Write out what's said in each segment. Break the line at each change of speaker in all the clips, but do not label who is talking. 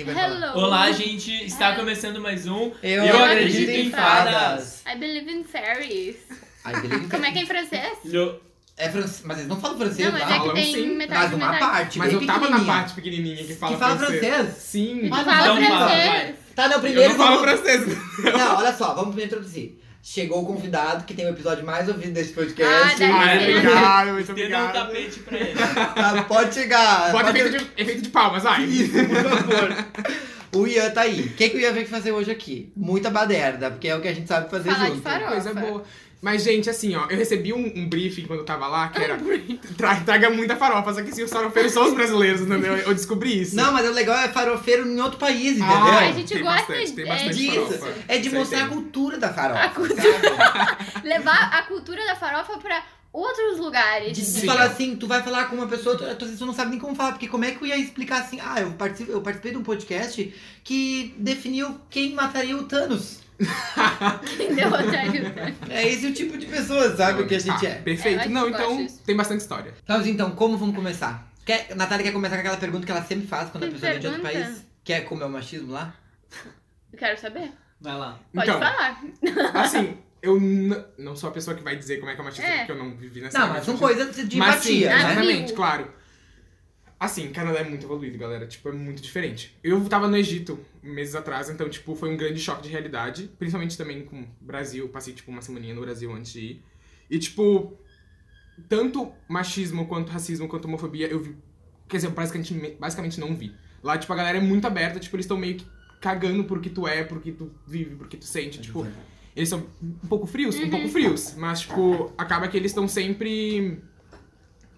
Hello.
Olá, gente! Está começando mais um
Eu,
Eu
acredito
acredito
em
em fadas.
I believe in fairies.
I believe in
Como é
fadas.
que é em francês?
Yo-
É francês, mas eles não falam francês
Não, mas
lá.
é que
falam
tem
sim,
mas
metade e
uma
metade.
parte
Mas
bem
eu tava na
pequenininha.
parte pequenininha que fala
é que fala
francês.
francês.
Sim.
Mas-
Fala
Então fala,
francês.
Tá, não,
eu
primeiro
não falo
vamos...
francês.
Não, olha só, vamos primeiro introduzir. Chegou o convidado, que tem o episódio mais ouvido desse
Ah,
podcast.
dá
Ah,
licença.
obrigado, muito
Dê um
obrigado.
tapete pra ele.
Tá, pode chegar.
Bota efeito de, efeito de palmas, vai.
O Ian tá aí. O que, que o Ian veio fazer hoje aqui? Muita baderda, porque é o que a gente sabe fazer
Falar de
junto.
farofa.
Coisa boa. Mas, gente, assim, ó, eu recebi um, um briefing quando eu tava lá,
Ah,
que
um
era tra- traga muita farofa, só que assim, os farofeiros são os brasileiros, entendeu? Eu descobri isso.
não, mas o legal é farofeiro em outro país, entendeu?
Ah,
A gente
tem
gosta
bastante, tem
é,
bastante
disso.
farofa.
É de
Isso aí
mostrar a
tem.
cultura da farofa.
A cultura.
sabe?
Levar a cultura da farofa pra outros lugares.
De tu
Sim.
falar assim, tu vai falar com uma pessoa, tu, tu, tu não sabe nem como falar, porque como é que eu ia explicar assim? Ah, eu, partici- eu participei de um podcast que definiu quem mataria o Thanos.
Entendeu, Otávio?
É esse o tipo de pessoa, sabe? O que a gente
Ah,
é.
É,
Perfeito.
mas
não,
eu gosto
então
disso.
tem bastante história.
Então, então, como vamos começar? Quer, Natália quer começar com aquela pergunta que ela sempre faz quando a
Que
pessoa vem de outro
pergunta?
país. Quer como é o machismo lá?
Eu Quero saber.
Vai lá.
Pode
então,
falar.
assim, eu n- não sou a pessoa que vai dizer como é que é machismo,
É.
porque eu não vivi nessa
Não, mas são coisas de
Mas sim, é
empatia,
Ah,
né?
exatamente,
viu?
claro. Assim, Canadá é muito evoluído, galera. Tipo, é muito diferente. Eu tava no Egito meses atrás, então, tipo, foi um grande choque de realidade. Principalmente também com o Brasil. Passei, tipo, uma semaninha no Brasil antes de ir. E, tipo, tanto machismo quanto racismo quanto homofobia eu vi. Quer dizer, basicamente, basicamente não vi. Lá, tipo, a galera é muito aberta, tipo, eles estão meio que cagando por que tu é, por que tu vive, por que tu
É
sente. Tipo, eles são um pouco frios? Um
Uhum.
pouco frios. Mas, tipo, acaba que eles estão sempre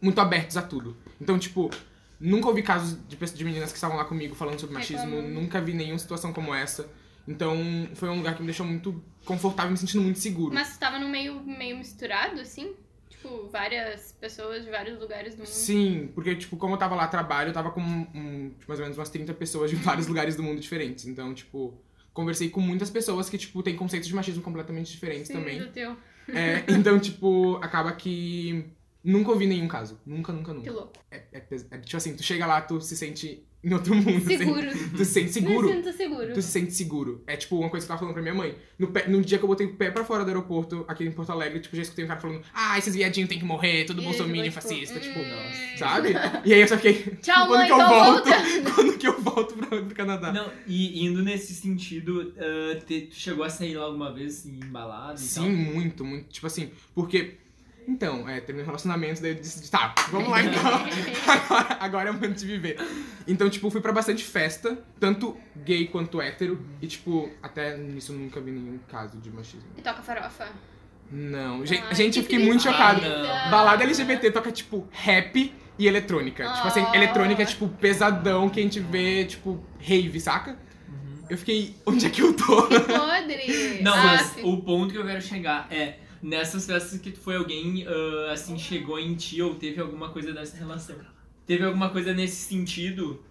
muito abertos a tudo. Então, tipo, nunca ouvi casos de, pessoas- de meninas que estavam lá comigo falando sobre machismo,
Reclamando.
nunca vi nenhuma situação como essa. Então, foi um lugar que me deixou muito confortável, me sentindo muito seguro.
Mas tu tava no meio, meio misturado, assim? Tipo, várias pessoas de vários lugares do mundo.
Sim, porque, tipo, como eu tava lá a trabalho, eu tava com um, tipo, mais ou menos umas 30 pessoas de vários lugares do mundo diferentes. Então, tipo, conversei com muitas pessoas que, tipo, têm conceitos de machismo completamente diferentes
Sim,
também.
do teu.
É, então, tipo, acaba que nunca ouvi nenhum caso. Nunca, nunca,
Que
nunca.
louco.
É, pes- é tipo assim, tu chega lá, tu se sente em outro mundo. assim.
Seguro.
Tu se sente
Me
seguro.
sinto seguro.
Tu se sente seguro. É tipo uma coisa que eu tava falando pra minha mãe. No, pé- no dia que eu botei o pé pra fora do aeroporto, aqui em Porto Alegre, tipo, já escutei um cara falando, ah, esses viadinhos tem que morrer, todo
E
bolsominion
ele ficou,
fascista, tipo,
"Hum."
sabe? E aí eu só fiquei,
Tchau,
quando
mãe,
que eu
tô
volto?
voltando.
quando que eu volto pra, pro Canadá?
Não, e indo nesse sentido, ah, te- tu chegou a sair lá alguma vez assim, embalado e
Sim, muito, muito. Tipo assim, porque. Então, é, terminei o relacionamento, daí eu decidi, tá, vamos lá então. agora, agora é o momento de viver. Então, tipo, fui pra bastante festa, tanto gay quanto hétero. E, tipo, até nisso nunca vi nenhum caso de machismo.
E toca farofa.
Não. Gente,
Ai,
gente
que
eu fiquei muito
tristeza.
chocada.
Ah,
Balada LGBT toca, tipo, rap e eletrônica. Tipo assim,
Ah.
eletrônica, tipo, pesadão que a gente vê, tipo, rave, saca?
Uhum.
Eu fiquei, onde é que eu tô?
Que podre.
Não,
ah,
mas
sim.
o ponto que eu quero chegar é. Nessas festas que tu foi alguém, ah, assim, chegou em ti ou teve alguma coisa dessa relação? Teve alguma coisa nesse sentido?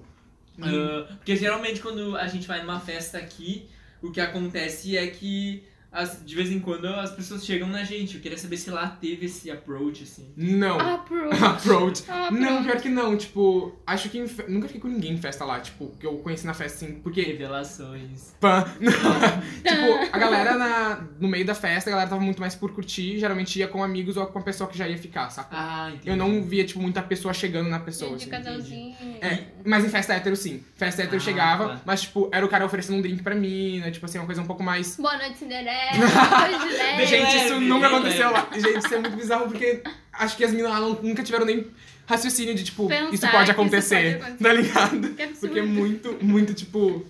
Ah, porque geralmente quando a gente vai numa festa aqui, o que acontece é que as- de vez em quando as pessoas chegam na gente. Eu queria saber se lá teve esse approach, assim.
Não.
Ah, pro.
Approach.
Ah, pro.
Não, pior que não, tipo, acho que em fe- nunca fiquei com ninguém em festa lá, tipo, que eu conheci na festa assim, porque.
Revelações.
Pã. tipo, a galera na- no meio da festa, a galera tava muito mais por curtir, geralmente ia com amigos ou com a pessoa que já ia ficar, saca?
Ah, entendi.
Eu não via, tipo, muita pessoa chegando na pessoa.
de
assim.
casalzinho.
É, mas em festa hétero sim. Festa hétero
Ah,
eu chegava,
tá.
mas, tipo, era o cara oferecendo um drink pra mim, né? Tipo assim, uma coisa um pouco mais.
Boa noite, Cinderela. Boa noite,
Bem
Gilete.
Gente, isso
leve,
nunca
bem
aconteceu
leve.
lá. Gente, isso é muito bizarro porque acho que as meninas lá não- nunca tiveram nem raciocínio de, tipo,
Pensar
isso
que isso
pode acontecer,
pode acontecer.
tá ligado?
Que absurdo.
Porque é muito, muito, tipo,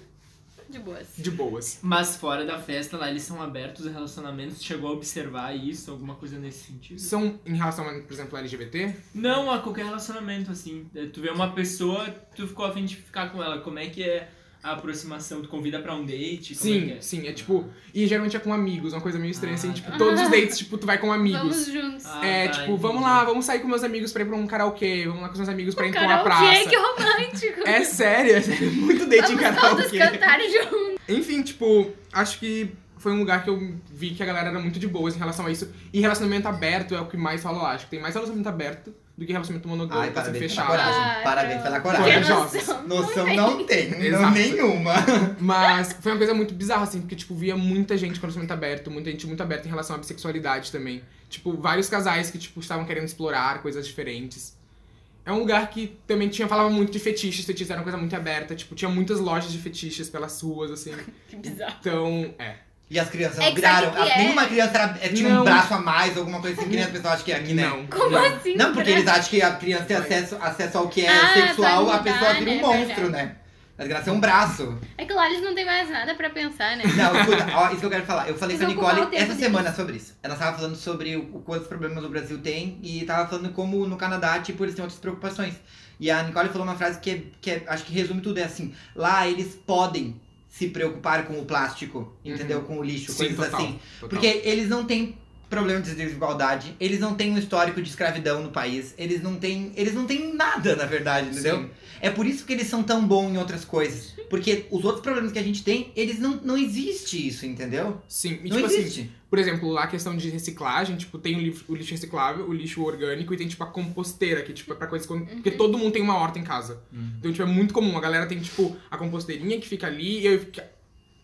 De boas.
de boas.
Mas fora da festa, lá eles são abertos a relacionamentos. Chegou a observar isso, alguma coisa nesse sentido?
São em relação, a, por exemplo, a LGBT?
Não, a qualquer relacionamento, assim. É, Tu vê uma pessoa, tu ficou afim de ficar com ela. Como é que é a aproximação? Tu convida pra um date? Como é
sim,
né?
que é?
sim. É tipo. E geralmente é com amigos, uma coisa meio estranha, assim.
Ah,
Tipo,
tá.
todos os dates, tipo, tu vai com
Vamos
amigos.
juntos.
Ah,
É,
tá,
tipo,
entendi.
vamos lá, vamos sair com meus amigos pra ir pra um karaokê, vamos lá com os meus amigos pra ir pra uma
Um Karaokê,
praça.
que é? romântico.
É sério, é sério, muito date em
Vamos todos
karaokê.
cantar juntos.
Enfim, tipo, acho que foi um lugar que eu vi que a galera era muito de boas em relação a isso. E relacionamento aberto é o que mais rola lá. Acho que tem mais relacionamento aberto do que relacionamento
Ai,
monogâmico, assim,
parabéns pela
fechado.
coragem.
Ah,
parabéns
eu-
pela
Porque
coragem.
Coragem.
noção
Noção não tem, não,
Exato.
nenhuma.
Mas foi uma coisa muito bizarra, assim, porque, tipo, via muita gente com relacionamento aberto, muita gente muito aberta em relação à bissexualidade também. Tipo, vários casais que, tipo, estavam querendo explorar coisas diferentes. É um lugar que também tinha, falava muito de fetiches, fetiches era uma coisa muito aberta, tipo, tinha muitas lojas de fetiches pelas ruas, assim.
Que bizarro.
Então, é.
E as crianças
É
não
que sabe
viraram.
o que
as-
é?
Nenhuma criança era- é, tinha um
Não.
braço a mais, alguma coisa assim, que nem as pessoas acham que é aqui, né?
Não.
Como
não.
assim?
Não, porque
pra-
eles acham que a criança tem acesso, acesso ao que é
Ah,
sexual,
vai
a pessoa
mudar,
vira um
né?
monstro, né? Mas graças é um braço.
É que lá eles não têm mais nada pra pensar, né?
Não, escuta, ó, isso que eu quero falar. Eu falei
Mas
com a
ocupar o
Nicole
tempo
essa
deles.
semana sobre isso. Ela tava falando sobre o, o quantos problemas o Brasil tem e tava falando como no Canadá, tipo, eles têm outras preocupações. E a Nicole falou uma frase que, é- que é- acho que resume tudo, é assim, lá eles podem se preocupar com o plástico, entendeu?
Uhum.
Com o lixo,
Sim,
coisas
total,
assim.
total.
Porque eles não têm problema de desigualdade, eles não têm um histórico de escravidão no país, eles não têm, eles não têm nada, na verdade, entendeu?
Sim.
É por isso que eles são tão bons em outras coisas, porque os outros problemas que a gente tem, eles não não existe isso, entendeu?
Sim, e
não
tipo assim,
existe.
Por exemplo, lá a questão de reciclagem, tipo, tem o lixo, o lixo reciclável, o lixo orgânico e tem, tipo, a composteira, que, tipo, é pra coisas... quando- Porque todo mundo tem uma horta em casa. Então, tipo, é muito comum. A galera tem, tipo, a composteirinha que fica ali e eu fico...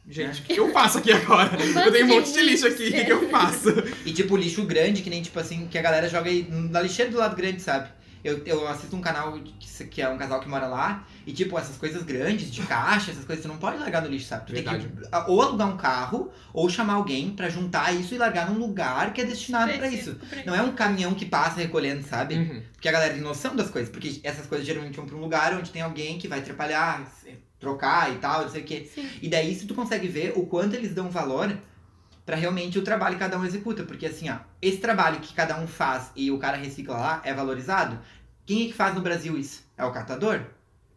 Gente, o que eu faço aqui agora?
Um
Eu tenho um
bando de
monte de lixo aqui, o que, que
lixo.
eu faço?
E tipo lixo grande, que nem tipo assim, que a galera joga aí na lixeira do lado grande, sabe? Eu, eu assisto um canal que, se- que é um casal que mora lá, e tipo, essas coisas grandes, de caixa, essas coisas, tu não pode largar no lixo, sabe? Tu tem que
Verdade.
a- ou alugar um carro, ou chamar alguém pra juntar isso e largar num lugar que é destinado pra isso.
Específico pra-
Não é um caminhão que passa recolhendo, sabe?
Uhum.
Porque a galera tem noção das coisas, porque essas coisas geralmente vão pra um lugar onde tem alguém que vai atrapalhar, se- trocar e tal, não sei o quê.
Sim.
E daí, se tu consegue ver o quanto eles dão valor pra realmente o trabalho que cada um executa. Porque assim, ó, esse trabalho que cada um faz e o cara recicla lá é valorizado. Quem é que faz no Brasil isso? É o catador?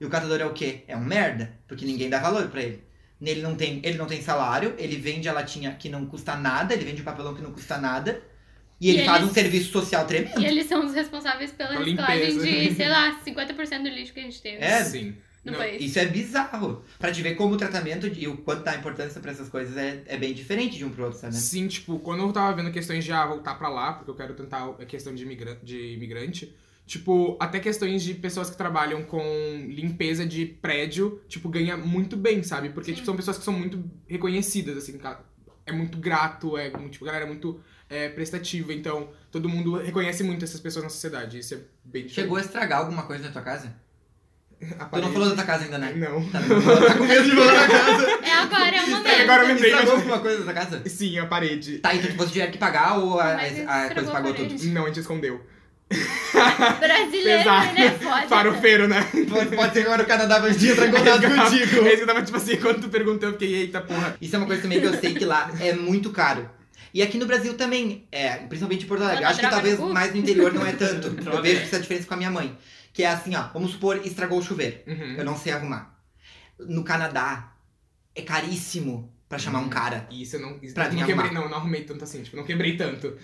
E o catador é o quê? É um merda, porque ninguém dá valor pra ele. Ele não, tem, ele não tem salário, ele vende a latinha que não custa nada, ele vende o papelão que não custa nada. E,
E
ele faz
eles-
um serviço social tremendo.
E eles são os responsáveis pela
Pela
reciclagem
limpeza.
de, sei lá, 50% do lixo que a gente tem
É.
Sim.
no
Não,
país.
Isso é bizarro. Pra te ver como o tratamento de- e o quanto dá importância pra essas coisas é, é bem diferente de um pro outro, sabe?
Sim, tipo, quando eu tava vendo questões de ah, voltar pra lá, porque eu quero tentar a questão de, imigra de imigrante, tipo, até questões de pessoas que trabalham com limpeza de prédio, tipo, ganha muito bem, sabe? Porque,
Sim.
tipo, são pessoas que são muito reconhecidas, assim, ca- é muito grato, é, muito- tipo, a galera é muito é, prestativa, então todo mundo reconhece muito essas pessoas na sociedade, isso é bem diferente.
Chegou a estragar alguma coisa na tua casa?
a
Tu não falou da tua casa ainda, né?
Não.
Tá, tá com medo de falar da casa.
É agora, é o
É,
momento.
agora eu lembrei.
Estragou
mas-
alguma coisa da tua casa?
Sim, a parede.
Tá, então tipo, você tiver que pagar ou a,
Mas
a, a coisa
estragou a
pagou tudo?
parede.
Não, a gente escondeu.
Brasileiro,
Pesado.
né? Foda.
Farofeiro, né?
Pode, pode ser agora o Canadá vai entrar em contato
É
contigo.
isso que eu tava, tipo assim, quando tu perguntou, eu fiquei, eita porra.
Isso é uma coisa também que eu sei que lá é muito caro. E aqui no Brasil também, é, principalmente em Porto Alegre.
Manda
Acho que
droga
talvez
no cu.
mais no interior não é tanto. Eu
Droga.
vejo essa diferença com a minha mãe. Que é assim, ó, vamos supor, estragou o chuveiro.
Uhum.
Eu não sei arrumar. No Canadá, é caríssimo pra chamar um cara.
E Isso eu não. Isso
Pra
eu
vir
não quebrei,
arrumar.
não, não arrumei tanto assim, tipo, não quebrei tanto.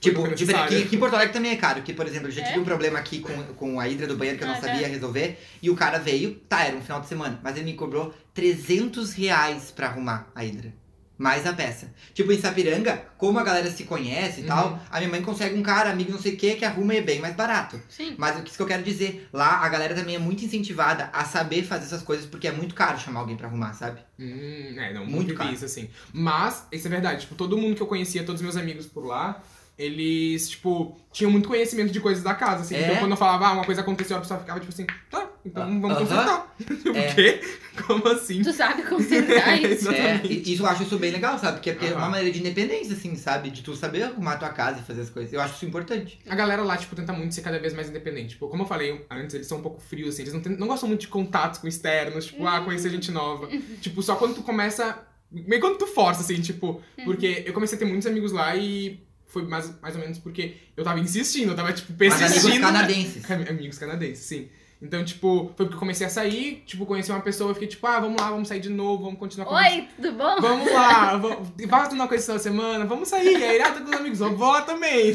Tipo,
Foi
diferente,
necessário.
que, que em Porto Alegre também é caro. Que, por exemplo, eu já
É?
tive um problema aqui com, com a hidra do banheiro que eu não
Ah, tá.
sabia resolver. E o cara veio, tá, era um final de semana. Mas ele me cobrou 300 reais pra arrumar a hidra. Mais a peça. Tipo, em Sapiranga, como a galera se conhece e tal, a minha mãe consegue um cara, amigo não sei o que, que arruma e é bem mais barato.
Sim.
Mas o que isso que eu quero dizer, lá a galera também é muito incentivada a saber fazer essas coisas, porque é muito caro chamar alguém pra arrumar, sabe?
Hum, é, não,
Muito
muito
caro.
isso, assim. Mas, isso é verdade, tipo, todo mundo que eu conhecia, todos meus amigos por lá, eles, tipo, tinham muito conhecimento de coisas da casa, assim.
É?
Então, quando eu falava, ah, uma coisa aconteceu, a pessoa ficava, tipo assim, tá, então
Ah,
vamos
aham.
consertar.
É.
o quê? Como assim?
Tu sabe consertar isso.
É,
Exatamente.
e- isso eu acho isso bem legal, sabe? Porque é uma
Aham.
maneira de independência, assim, sabe? De tu saber arrumar a tua casa e fazer as coisas. Eu acho isso importante.
A galera lá, tipo, tenta muito ser cada vez mais independente. Tipo, como eu falei antes, eles são um pouco frios, assim. Eles não, tem- não gostam muito de contatos com externos, tipo, ah, conhecer gente nova. tipo, só quando tu começa... Meio quando tu força, assim, tipo... Porque eu comecei a ter muitos amigos lá e... Foi mais, mais ou menos porque eu tava insistindo, eu tava, tipo,
Mas amigos
persistindo.
canadenses.
Am- Amigos canadenses, sim. Então, tipo, foi porque eu comecei a sair, tipo, conheci uma pessoa, eu fiquei tipo, ah, vamos lá, vamos sair de novo, vamos continuar conversando.
Oi, tudo bom?
Vamos lá, vamos, vai tomar uma coisa essa semana, vamos sair, aí irá todos os amigos, eu vou lá também,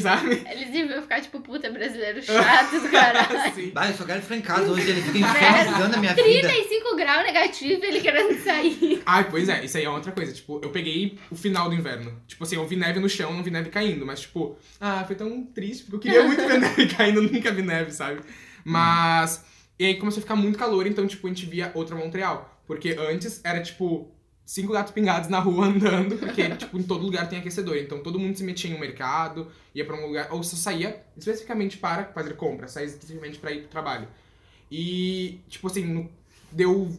sabe?
Eles deviam ficar tipo, puta, brasileiro chato do caralho.
Assim.
Bah, eu só quero ficar em casa hoje, ele fica infernizando a minha vida.
35 graus negativo, ele querendo sair.
Ai, pois é, isso aí é outra coisa. Tipo, eu peguei o final do inverno. Tipo assim, eu vi neve no chão, não vi neve caindo, mas tipo, ah, foi tão triste, porque eu queria muito ver neve caindo, nunca vi neve, sabe? Mas. E aí começou a ficar muito calor, então, tipo, a gente via outra Montreal. Porque antes era, tipo, cinco gatos pingados na rua andando, porque, tipo, em todo lugar tem aquecedor. Então todo mundo se metia em um mercado, ia pra um lugar, ou só saía especificamente para fazer compra, saía especificamente pra ir pro trabalho. E, tipo assim, no- deu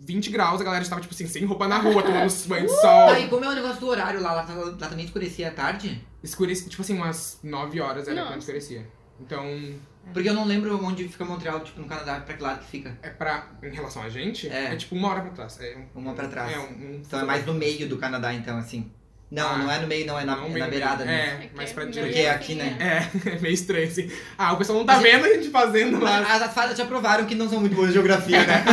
20 graus, a galera estava, tipo assim, sem roupa na rua, tomando banho de sol.
Tá, e como é o negócio do horário lá? Lá, tá- lá também escurecia à tarde?
Escurecia, tipo assim, umas 9 horas era
Nossa.
quando escurecia. Então,
Porque eu não lembro onde fica Montreal, tipo, no Canadá, pra que lado que fica.
é pra. Em relação a gente,
É.
é, tipo uma hora pra trás. É um-
Uma pra trás.
É um, um-
Então é mais no meio do Canadá, então, assim. Não,
Ah.
não é no meio, não, é na,
não
é
meio-
na beirada mesmo.
É, mais pra
Aqui,
direita.
Porque aqui, né?
É, é meio estranho assim. Ah, o pessoal não tá vendo a gente fazendo, mas.
As, as fadas já provaram que não são muito boas de geografia, né?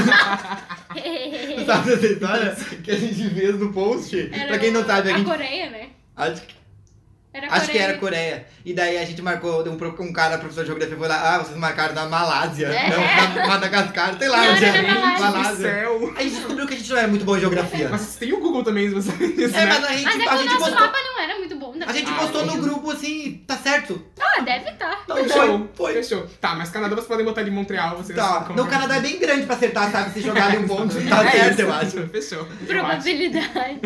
sabe essa história que a gente fez no post?
Era
pra quem não sabe, a
a
gente-
Coreia, né?
acho,
Era a
acho que
Coreia.
era Coreia. E daí a gente marcou, um, pro- um cara, professor de geografia, foi lá, ah, vocês marcaram na Malásia,
É.
não, na Madagascar, sei lá
Não,
onde
era
é.
na Malásia.
do céu.
A gente descobriu que a gente não era muito bom em geografia.
Mas tem o Google também, se você disso,
É,
né?
mas a gente,
Mas é que
a
o
gente
nosso
postou,
mapa não era muito bom. né?
a gente
Ah,
postou no
entendi.
grupo assim, tá certo.
Ah, deve estar.
Então
Fechou,
foi, foi.
fechou. Tá, mas Canadá vocês podem botar de Montreal, vocês.
Tá, no Canadá é bem grande pra acertar, sabe? Se jogar ali um ponto, tá
É
certo,
isso.
eu acho.
Fechou. eu acho.
Probabilidade.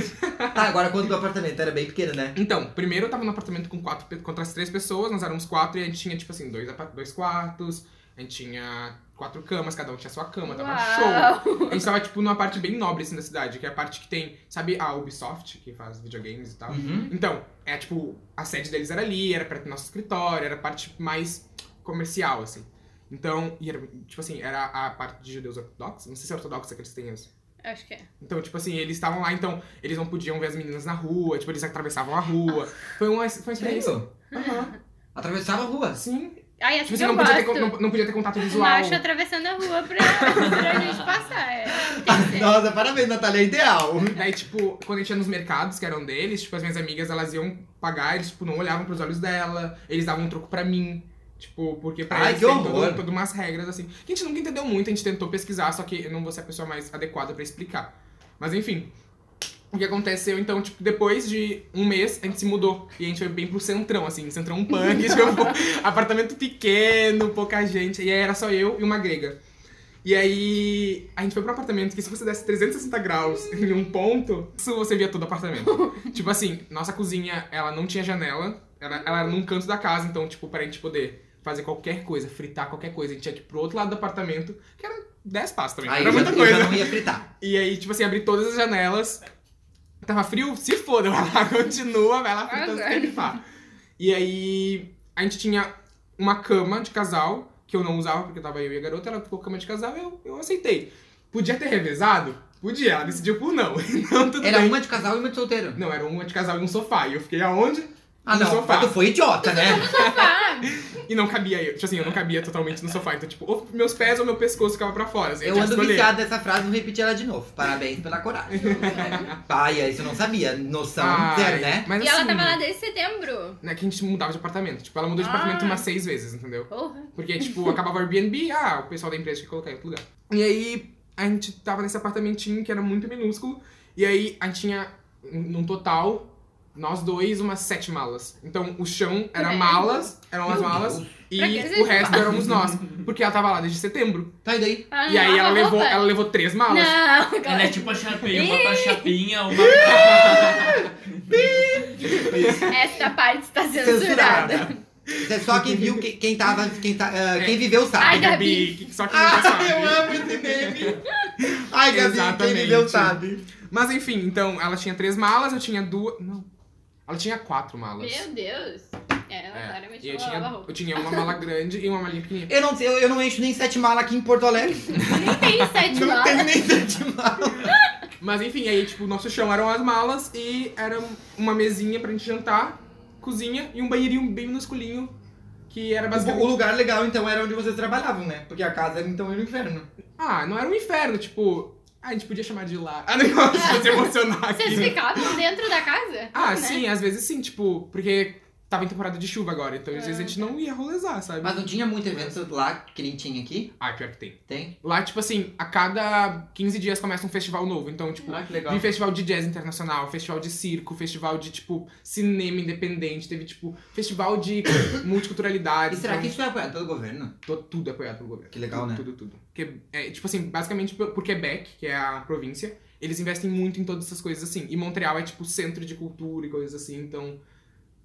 Tá, agora quanto do apartamento? Era bem pequeno, né?
Então, primeiro eu tava no apartamento com quatro, pe- com outras três pessoas, nós éramos quatro e a gente tinha, tipo assim, dois, apa- dois quartos, a gente tinha quatro camas, cada um tinha sua cama, tava show.
Uau.
A gente tava, tipo, numa parte bem nobre, assim, da cidade, que é a parte que tem, sabe, a Ubisoft, que faz videogames e tal.
Uhum.
Então, é tipo, a sede deles era ali, era perto do nosso escritório, era a parte mais comercial, assim. Então, e era, tipo assim, era a parte de judeus ortodoxos, não sei se é ortodoxa que eles têm isso.
Acho que é.
Então, tipo assim, eles estavam lá, então eles não podiam ver as meninas na rua, tipo, eles atravessavam a rua. Foi uma, foi uma experiência.
Sério?
Aham,
É Atravessava a rua.
sim.
Ai, assim
Tipo
que
assim,
eu
não podia, ter,
gosto.
con- não, não podia ter contato
Um
visual.
macho atravessando a rua pra, pra gente passar. É. Tem que ser.
Nossa, parabéns, Natália, é ideal.
Daí, tipo, quando a gente ia nos mercados, que eram deles, tipo, as minhas amigas, elas iam pagar, eles, tipo, não olhavam pros olhos dela, eles davam um troco pra mim. Tipo, porque pra
Ai,
eles
que
tem
horror.
todo- todas umas regras, assim. Que a gente nunca entendeu muito, a gente tentou pesquisar, só que eu não vou ser a pessoa mais adequada pra explicar. Mas, enfim. O que aconteceu, então, tipo, depois de um mês, a gente se mudou. E a gente foi bem pro centrão, assim, centrão punk, tipo, apartamento pequeno, pouca gente. E aí era só eu e uma grega. E aí, a gente foi pro apartamento que se você desse 360 graus em um ponto, isso você via todo o apartamento. tipo assim, nossa cozinha, ela não tinha janela, ela, ela era num canto da casa, então, tipo, pra gente poder fazer qualquer coisa, fritar qualquer coisa, a gente tinha que ir pro outro lado do apartamento, que era 10 passos também, não
Aí
era
eu,
muita
já- eu
coisa.
já não ia fritar.
E aí, tipo assim, abri todas as janelas. Tava frio? Se foda, vai lá, continua, vai lá fritando
Azar.
o que pá. E aí, a gente tinha uma cama de casal, que eu não usava porque tava eu e a garota, ela ficou com cama de casal eu, eu aceitei. Podia ter revezado? Podia, ela decidiu por não. Então tudo
Era
bem.
uma de casal e uma de solteiro.
Não, era uma de casal e um sofá. E eu fiquei aonde?
Ah,
no
não,
sofá.
mas tu foi idiota, né?
E não cabia eu. Tipo assim, eu não cabia totalmente no sofá. Então, tipo, ou meus pés ou meu pescoço ficava pra fora. assim,
Eu
tinha que
ando
escolher.
viciado nessa frase, vou repetir ela de novo. Parabéns pela coragem. Paia, isso eu não sabia. Noção
Ai,
zero, né?
Mas,
E ela
assim,
tava lá desde setembro.
né, que a gente mudava de apartamento. Tipo, ela mudou de
Ah.
apartamento umas seis vezes, entendeu?
Porra.
Porque, tipo, acabava o Airbnb, ah, o pessoal da empresa tinha que colocar em outro lugar. E aí, a gente tava nesse apartamentinho que era muito minúsculo. E aí, a gente tinha, num total, nós dois, umas sete malas. Então, o chão era
Credo.
malas, eram as
Meu
malas.
Deus.
Pra que
E
vocês-
o resto éramos nós. Porque ela tava lá desde setembro.
Tá, e daí?
Ela não
E aí, ela
lava
levou,
roupa?
ela assim, levou três malas.
Não,
Ela é
cara.
tipo a chapinha, uma pra chapinha, uma.
Esta parte está censurada.
Censurada. Isso é só quem viu, quem, quem tava, quem, tá, ah, quem viveu
Ai,
sabe.
Gabi.
Gabi, só que
Ah,
nunca sabe.
eu amo esse meme. Ai, Gabi, quem
Exatamente.
viveu sabe.
Mas enfim, então, ela tinha três malas, eu tinha duas. Não. Ela tinha quatro malas.
Meu Deus. É, ela claramente
assim. E eu
não lava
tinha,
roupa.
eu tinha uma mala grande e uma malinha pequenininha.
Eu não, sei, eu, eu não encho nem sete malas aqui em Porto Alegre.
Nem tem sete
Não
malas.
tenho nem sete malas.
Mas enfim, aí, tipo, nosso chão eram as malas e era uma mesinha pra gente jantar, cozinha e um banheirinho bem minusculinho. que era
O, o
basicamente.
lugar legal, então, era onde vocês trabalhavam, né? Porque a casa, então, era o inferno.
Ah, não era um inferno, tipo. Ah, a gente podia chamar de lá. Ah, negócio pra se emocionar aqui.
Vocês ficavam dentro da casa?
Ah,
Né?
sim, às vezes sim, tipo, porque tava em temporada de chuva agora, então às vezes a gente
Ah, tá.
não ia rolezar, sabe?
Mas não tinha muito evento lá, que nem tinha aqui?
Ah, pior que tem.
Tem?
Lá, tipo assim, a cada 15 dias começa um festival novo, então, tipo.
Ah, que legal.
Tem festival de jazz internacional, festival de circo, festival de, tipo, cinema independente, teve, tipo, festival de multiculturalidade.
E será
então,
que isso é foi apoiado pelo governo?
Tô tudo apoiado pelo governo.
Que legal,
tudo,
né?
Tudo, tudo. Porque, é, tipo assim, basicamente por por Quebec, que é a província, eles investem muito em todas essas coisas assim. E Montreal é, tipo, centro de cultura e coisas assim, então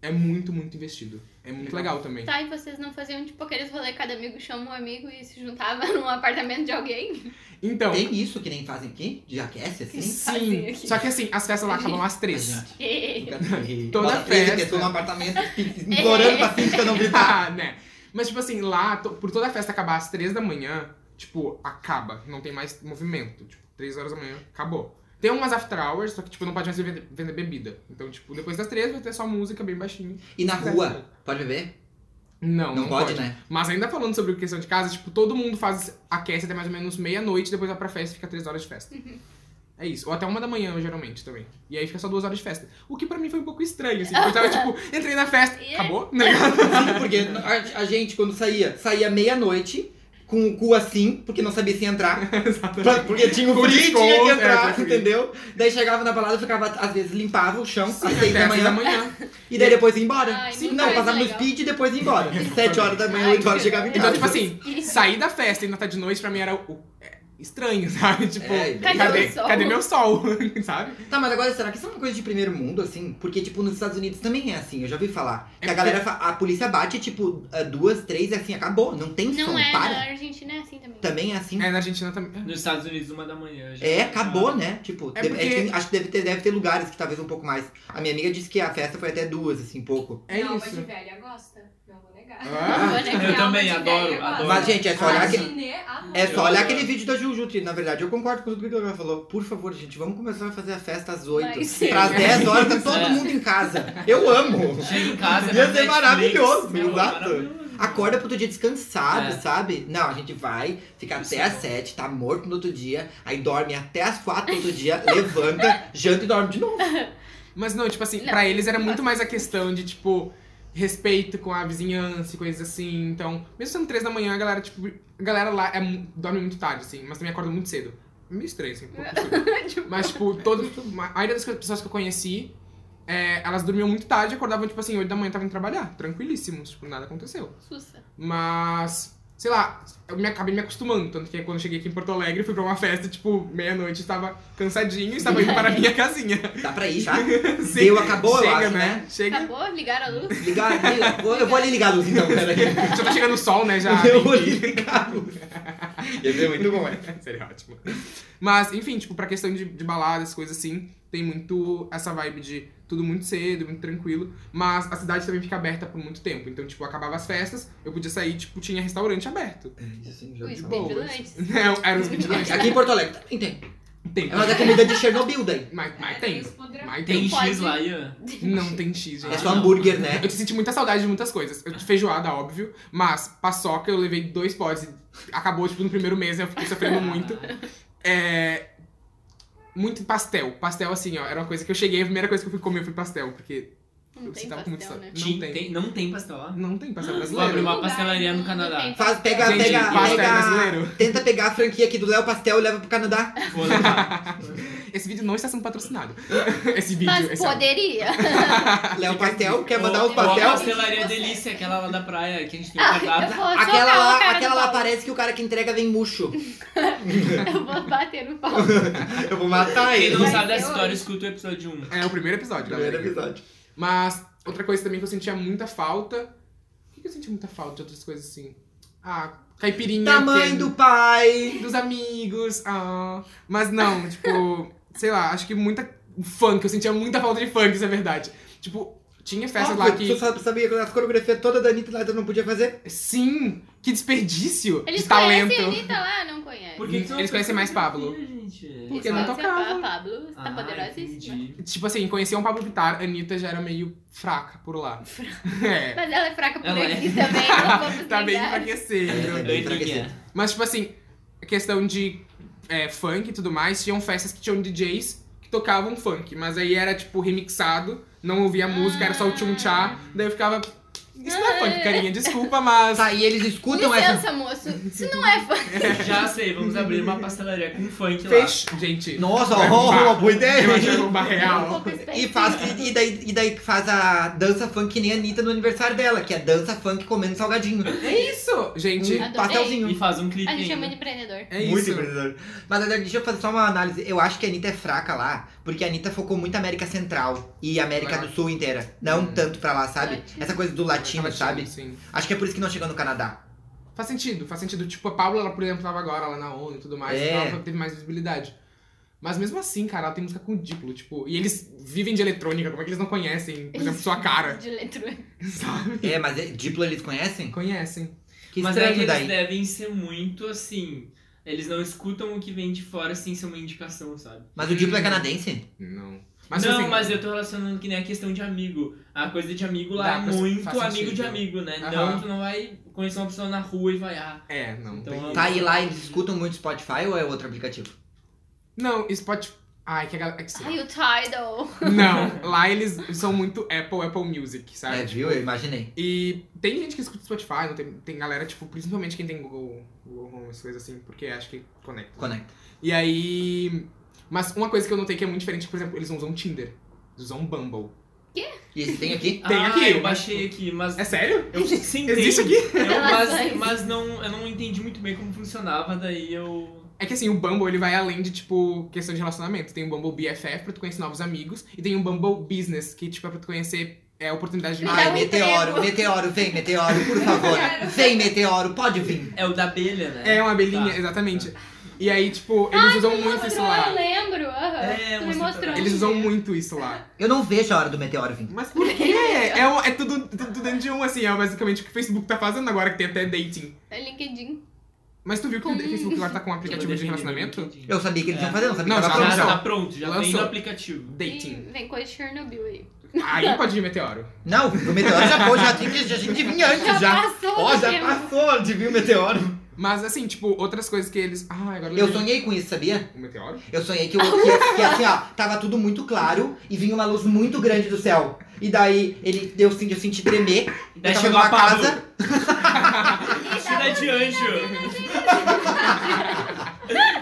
é muito, muito investido. É muito legal, também.
Tá, e vocês não faziam tipo aqueles rolê, cada amigo chama um amigo e se juntava num apartamento de alguém?
Então,
Tem isso que nem fazem aqui? De aquece, assim?
Sozinho
sim.
aqui.
Só que assim, as festas lá acabam às
é.
três.
E-
Toda
Bota três
festa.
aqui, Eu tô num apartamento, implorando pra síndica não gritar.
Ah, né? Mas, tipo assim, lá, to- por toda a festa acabar às três da manhã, tipo, acaba. Não tem mais movimento. Tipo, três horas da manhã, acabou. Tem umas after hours, só que, tipo, não pode mais vender, vender bebida. Então, tipo, depois das três vai ter só música bem baixinho.
E na rua, pode beber?
Não,
Não, pode, né?
Mas ainda falando sobre questão de casa, tipo, todo mundo faz aquece até mais ou menos meia-noite, depois vai pra festa e fica três horas de festa. É isso. Ou até uma da manhã, geralmente, também. E aí fica só duas horas de festa. O que pra mim foi um pouco estranho, assim. Porque eu tava, tipo, entrei na festa,
E-
acabou, né?
Sim, porque a, a gente, quando saía, saía meia-noite, com o cu assim, porque não sabia se ia entrar. Pra- porque tinha o
Com
frio,
desconto,
tinha que
é,
entrar,
tá
entendeu? Daí chegava na balada, ficava, às vezes limpava o chão às seis
Até
da
às seis da
manhã,
manhã.
e daí depois ia embora.
Ai,
Sim,
nunca
não,
mais
passava no
legal.
speed e depois ia embora. Sete horas da manhã,
Ai,
oito horas
que
chegava em
legal.
casa.
Então, tipo assim, sair da festa e ainda tá de noite, pra mim era o- é, estranho, sabe? Tipo,
É,
Cadê
cadê,
meu sol?
cadê meu sol? sabe?
Tá, mas agora será que isso é uma coisa de primeiro mundo, assim? Porque, tipo, nos Estados Unidos também é assim, eu já ouvi falar.
É
que a
porque-
galera, fa- a polícia bate, tipo, a duas, três, e assim, acabou. Não tem som,
Não
um
é,
para.
na Argentina é assim também.
Também é assim.
É, na Argentina também.
Nos Estados Unidos, uma da manhã. já-
É, acabou, né? Tipo,
É
deve-
porque-
é que- acho que deve ter, deve ter lugares que talvez um pouco mais. A minha amiga disse que a festa foi até duas, assim, pouco.
É
não, mas de
isso.
velha gosta. Não vou negar.
Ah.
Vou negar,
Eu também
mas de
adoro,
velha gosta.
adoro.
Mas, gente, é só olhar aquele.
Matinê, arroz.
É só
Eu-
olhar aquele vídeo da Juju, que, na verdade, eu concordo com tudo que ela falou. Por favor, gente, vamos começar a fazer a festa às oito.
Mas sim.
Às 10 horas tá todo
É.
mundo em casa. Eu amo.
Chega em casa.
Ia
vai
ser
Netflix,
maravilhoso,
meu,
exato.
maravilhoso.
Acorda pro outro dia descansado,
É.
sabe? Não, a gente vai, fica
Isso
até
é
às
bom.
sete, tá morto no outro dia, aí dorme até às quatro no outro dia, levanta, janta e dorme de novo.
Mas não, tipo assim,
Não.
pra eles era muito mais a questão de, tipo, respeito com a vizinhança e coisas assim. Então, mesmo sendo três da manhã, a galera, tipo, a galera lá é mu- dorme muito tarde, assim, mas também acorda muito cedo. Meio estranho, assim, um pouco absurdo.
Tipo,
Mas, tipo, todo, a maioria das pessoas que eu conheci, é, elas dormiam muito tarde e acordavam, tipo assim, 8 da manhã estavam indo trabalhar, tranquilíssimos, tipo, nada aconteceu.
Sussa.
Mas, sei lá, eu me acabei me acostumando. Tanto que quando eu cheguei aqui em Porto Alegre, fui pra uma festa, tipo, meia-noite, estava cansadinho e estava indo para a minha casinha.
Dá pra ir já?
Sim.
Deu, acabou, eu acho, né?
Chega.
Acabou? Ligaram a luz?
Ligar, eu vou, eu vou ali ligar a luz então, peraí.
Já tá chegando o sol, né? Já.
Eu vou ali ligar a luz. Ia ser muito bom, é.
Seria ótimo. Mas, enfim, tipo, pra questão de, de baladas, coisas assim, tem muito essa vibe de tudo muito cedo, muito tranquilo. Mas a cidade também fica aberta por muito tempo. Então, tipo, acabava as festas, eu podia sair, tipo, tinha restaurante aberto.
assim,
Os
de boa.
vigilantes.
Não, Era uns vigilantes.
tá Aqui em Porto Alegre também tem.
Tem.
É uma da comida de Chernobyl daí.
Mas, mas
É,
tem.
isso poderá-
Mas
Tem
tem.
X lá, Ian?
Não tem X, gente.
É só hambúrguer,
Eu
né?
te senti muita saudade de muitas coisas. Eu- Feijoada, óbvio, mas paçoca eu levei dois potes e acabou, tipo, no primeiro mês, eu fiquei sofrendo muito. É... Muito pastel. Pastel, assim, ó, era uma coisa que eu cheguei, a primeira coisa que eu fui comer foi pastel, porque
Não
eu
tem
tava com muita
pastel, né?
Não
saudade. Não tem.
tem, não tem pastel lá?
Não tem pastel
Vou abrir
brasileiro.
uma
né?
pastelaria no Canadá.
Faz, pega,
Gente,
pega,
pastel
pega.
brasileiro.
Tenta pegar a franquia aqui do Léo Pastel e leva pro Canadá.
Vou levar.
Esse vídeo não está sendo patrocinado. Esse vídeo,
Mas
esse é áudio.
poderia.
Léo Pastel, quer mandar
Ou-
os
ou a
pastel?
pastelaria delícia, aquela lá da praia, que a gente tem um
Ah, Eu
cardápio.
vou
Aquela
socar o
lá,
cara
aquela
do
lá
pau.
parece que o cara que entrega vem murcho.
Eu vou bater no pau.
Eu vou matar
Quem
ele.
não
Vai
sabe
ser
dessa história,
hoje.
escuta o episódio 1.
É o primeiro episódio,
Primeiro
galera.
episódio.
Mas outra coisa também que eu sentia muita falta. O que que eu sentia muita falta de outras coisas assim? Ah, caipirinha.
Tamanho
que- é
do pai.
dos amigos. ah. Mas não, tipo, sei lá, acho que muita. Funk, eu sentia muita falta de funk, isso é verdade. Tipo, tinha festas lá
Você
que.
sabe- sabia que as coreografias toda da Anitta lá eu não podia fazer?
Sim! Que desperdício
Eles
de talento.
conhecem a Anitta lá? Não conhecem.
Por que que tu não fez
Eles conhecem mais
fotografia, gente? gente.
Porque
Isso
não tá-
pode ser
tocava.
pa- Pablo está
Ah,
poderosíssima.
entendi.
Tipo assim, conhecer um Pablo Vittar, a Anitta já era meio fraca por lá. é.
Mas ela é fraca por
Ela é.
aqui também, não vamos
tá bem
negar.
É,
um
enfraquecendo.
bem
Doidinha.
enfraquecido.
Mas, tipo assim, a questão de é, funk e tudo mais, tinham festas que tinham DJs que tocavam funk, mas aí era, tipo, remixado, não ouvia a música, era só o tchum-tchá, daí eu ficava. Isso não é funk, carinha, desculpa, mas.
Tá, e eles escutam essa.
Licença, moço. Isso não é fã.
Já sei, vamos abrir uma pastelaria com funk lá.
Fech... Gente.
Nossa,
vai
ó,
roubar.
uma boa ideia.
Eu achei roubar
Um
real.
pouco específico.
E, faz, e, e daí, e daí faz a dança funk que nem a Anitta no aniversário dela, que é dança funk comendo salgadinho.
É isso, gente.
Um
Adorei.
E
pastelzinho.
faz um clipe
A gente é
ainda.
muito empreendedor.
É
Muito
isso.
empreendedor. Mas olha, deixa eu fazer só uma análise. Eu acho que a Anitta é fraca lá, porque a Anitta focou muito América Central e América
Vai lá.
do Sul inteira. Não
Hum.
tanto pra lá, sabe?
Latino.
Essa coisa do latino,
Latino,
sabe?
Sim.
Acho que é por isso que não chegou no Canadá.
Faz sentido, faz sentido. Tipo, a Paula, ela, por exemplo, tava agora lá na ONU e tudo mais,
É.
então ela teve mais visibilidade. Mas mesmo assim, cara, ela tem música com diplo, tipo, e eles vivem de eletrônica, como é que eles não conhecem, por exemplo, sua cara,
De eletrônico.
sabe?
É, mas é- Diplo eles conhecem?
Conhecem.
Que
Mas é que
estranho daí.
eles devem ser muito assim. Eles não escutam o que vem de fora sem ser uma indicação, sabe?
Mas o Diplo é canadense?
Não.
não,
assim,
mas eu tô relacionando que nem a questão de amigo. A coisa de amigo lá
Dá,
é
faz-
muito
faz
amigo de
sentido. então.
amigo, né?
Aham.
Não, tu não vai conhecer uma pessoa na rua e vai, ah,
É, não.
Então,
tem-
Tá, e lá eles escutam muito Spotify ou é outro aplicativo?
Não, Spotify... Ai, que a galera... é que sim.
Ai, o Tidal.
Não, lá eles são muito Apple, Apple Music, sabe?
É, viu? Eu imaginei.
E tem gente que escuta Spotify, não tem, tem galera, tipo, principalmente quem tem Google, Google Home, essas coisas assim, porque acho que conecta.
Conecta.
E aí. Mas uma coisa que eu notei que é muito diferente, por exemplo, eles não usam Tinder. Eles usam Bumble.
E esse tem aqui?
Tem
ah,
aqui,
eu
mas-
baixei aqui, mas.
É sério?
Eu, sim, tem.
Existe aqui?
Eu, mas
Relações.
mas não, eu não entendi muito bem como funcionava, daí eu.
É que assim, o Bumble ele vai além de, tipo, questão de relacionamento. Tem o Bumble BFF pra tu conhecer novos amigos. E tem o Bumble Business, que, tipo, é pra tu conhecer é, oportunidade de
Me dá
Ai,
um
meteoro,
emprego.
meteoro, vem, meteoro, por favor.
Quero.
Vem, meteoro, pode vir.
É o da abelha, né?
É uma abelhinha,
Tá.
exatamente. E aí, tipo, eles usam muito isso
Eu
lá.
lembro. aham.
É,
tu me
mostrou
mostrou.
também.
Eles usam muito isso lá.
Eu não vejo a hora do meteoro vir.
Mas por quê? É, um- é tudo, tudo dentro de um, assim, é basicamente o que o Facebook tá fazendo agora, que tem até dating.
É LinkedIn.
Mas tu viu que o Facebook agora tá com um
Eu
aplicativo de
defini
relacionamento?
bonitinho.
Eu sabia que eles
É.
iam fazer, não sabia
Não,
que tava
já-
Já
produção.
tá pronto, já vem
Lançou.
no aplicativo.
Dating.
E Hum, vem coisa de Chernobyl aí.
Aí pode ir meteoro.
Não, o meteoro já foi, já tinha, já tinha vinha antes já.
passou
Ó,
do
já
tempo.
passou de vir o meteoro.
Mas assim, tipo, outras coisas que eles. Ah, agora
Eu
lembrei.
sonhei com isso, sabia?
O meteoro?
Eu sonhei que, o que, que assim, ó, tava tudo muito claro e vinha uma luz muito grande do céu. E daí ele eu, senti- eu senti tremer. eu tava
Daí chegou
numa
a Pablo.
casa.
Cidade é de Anjo.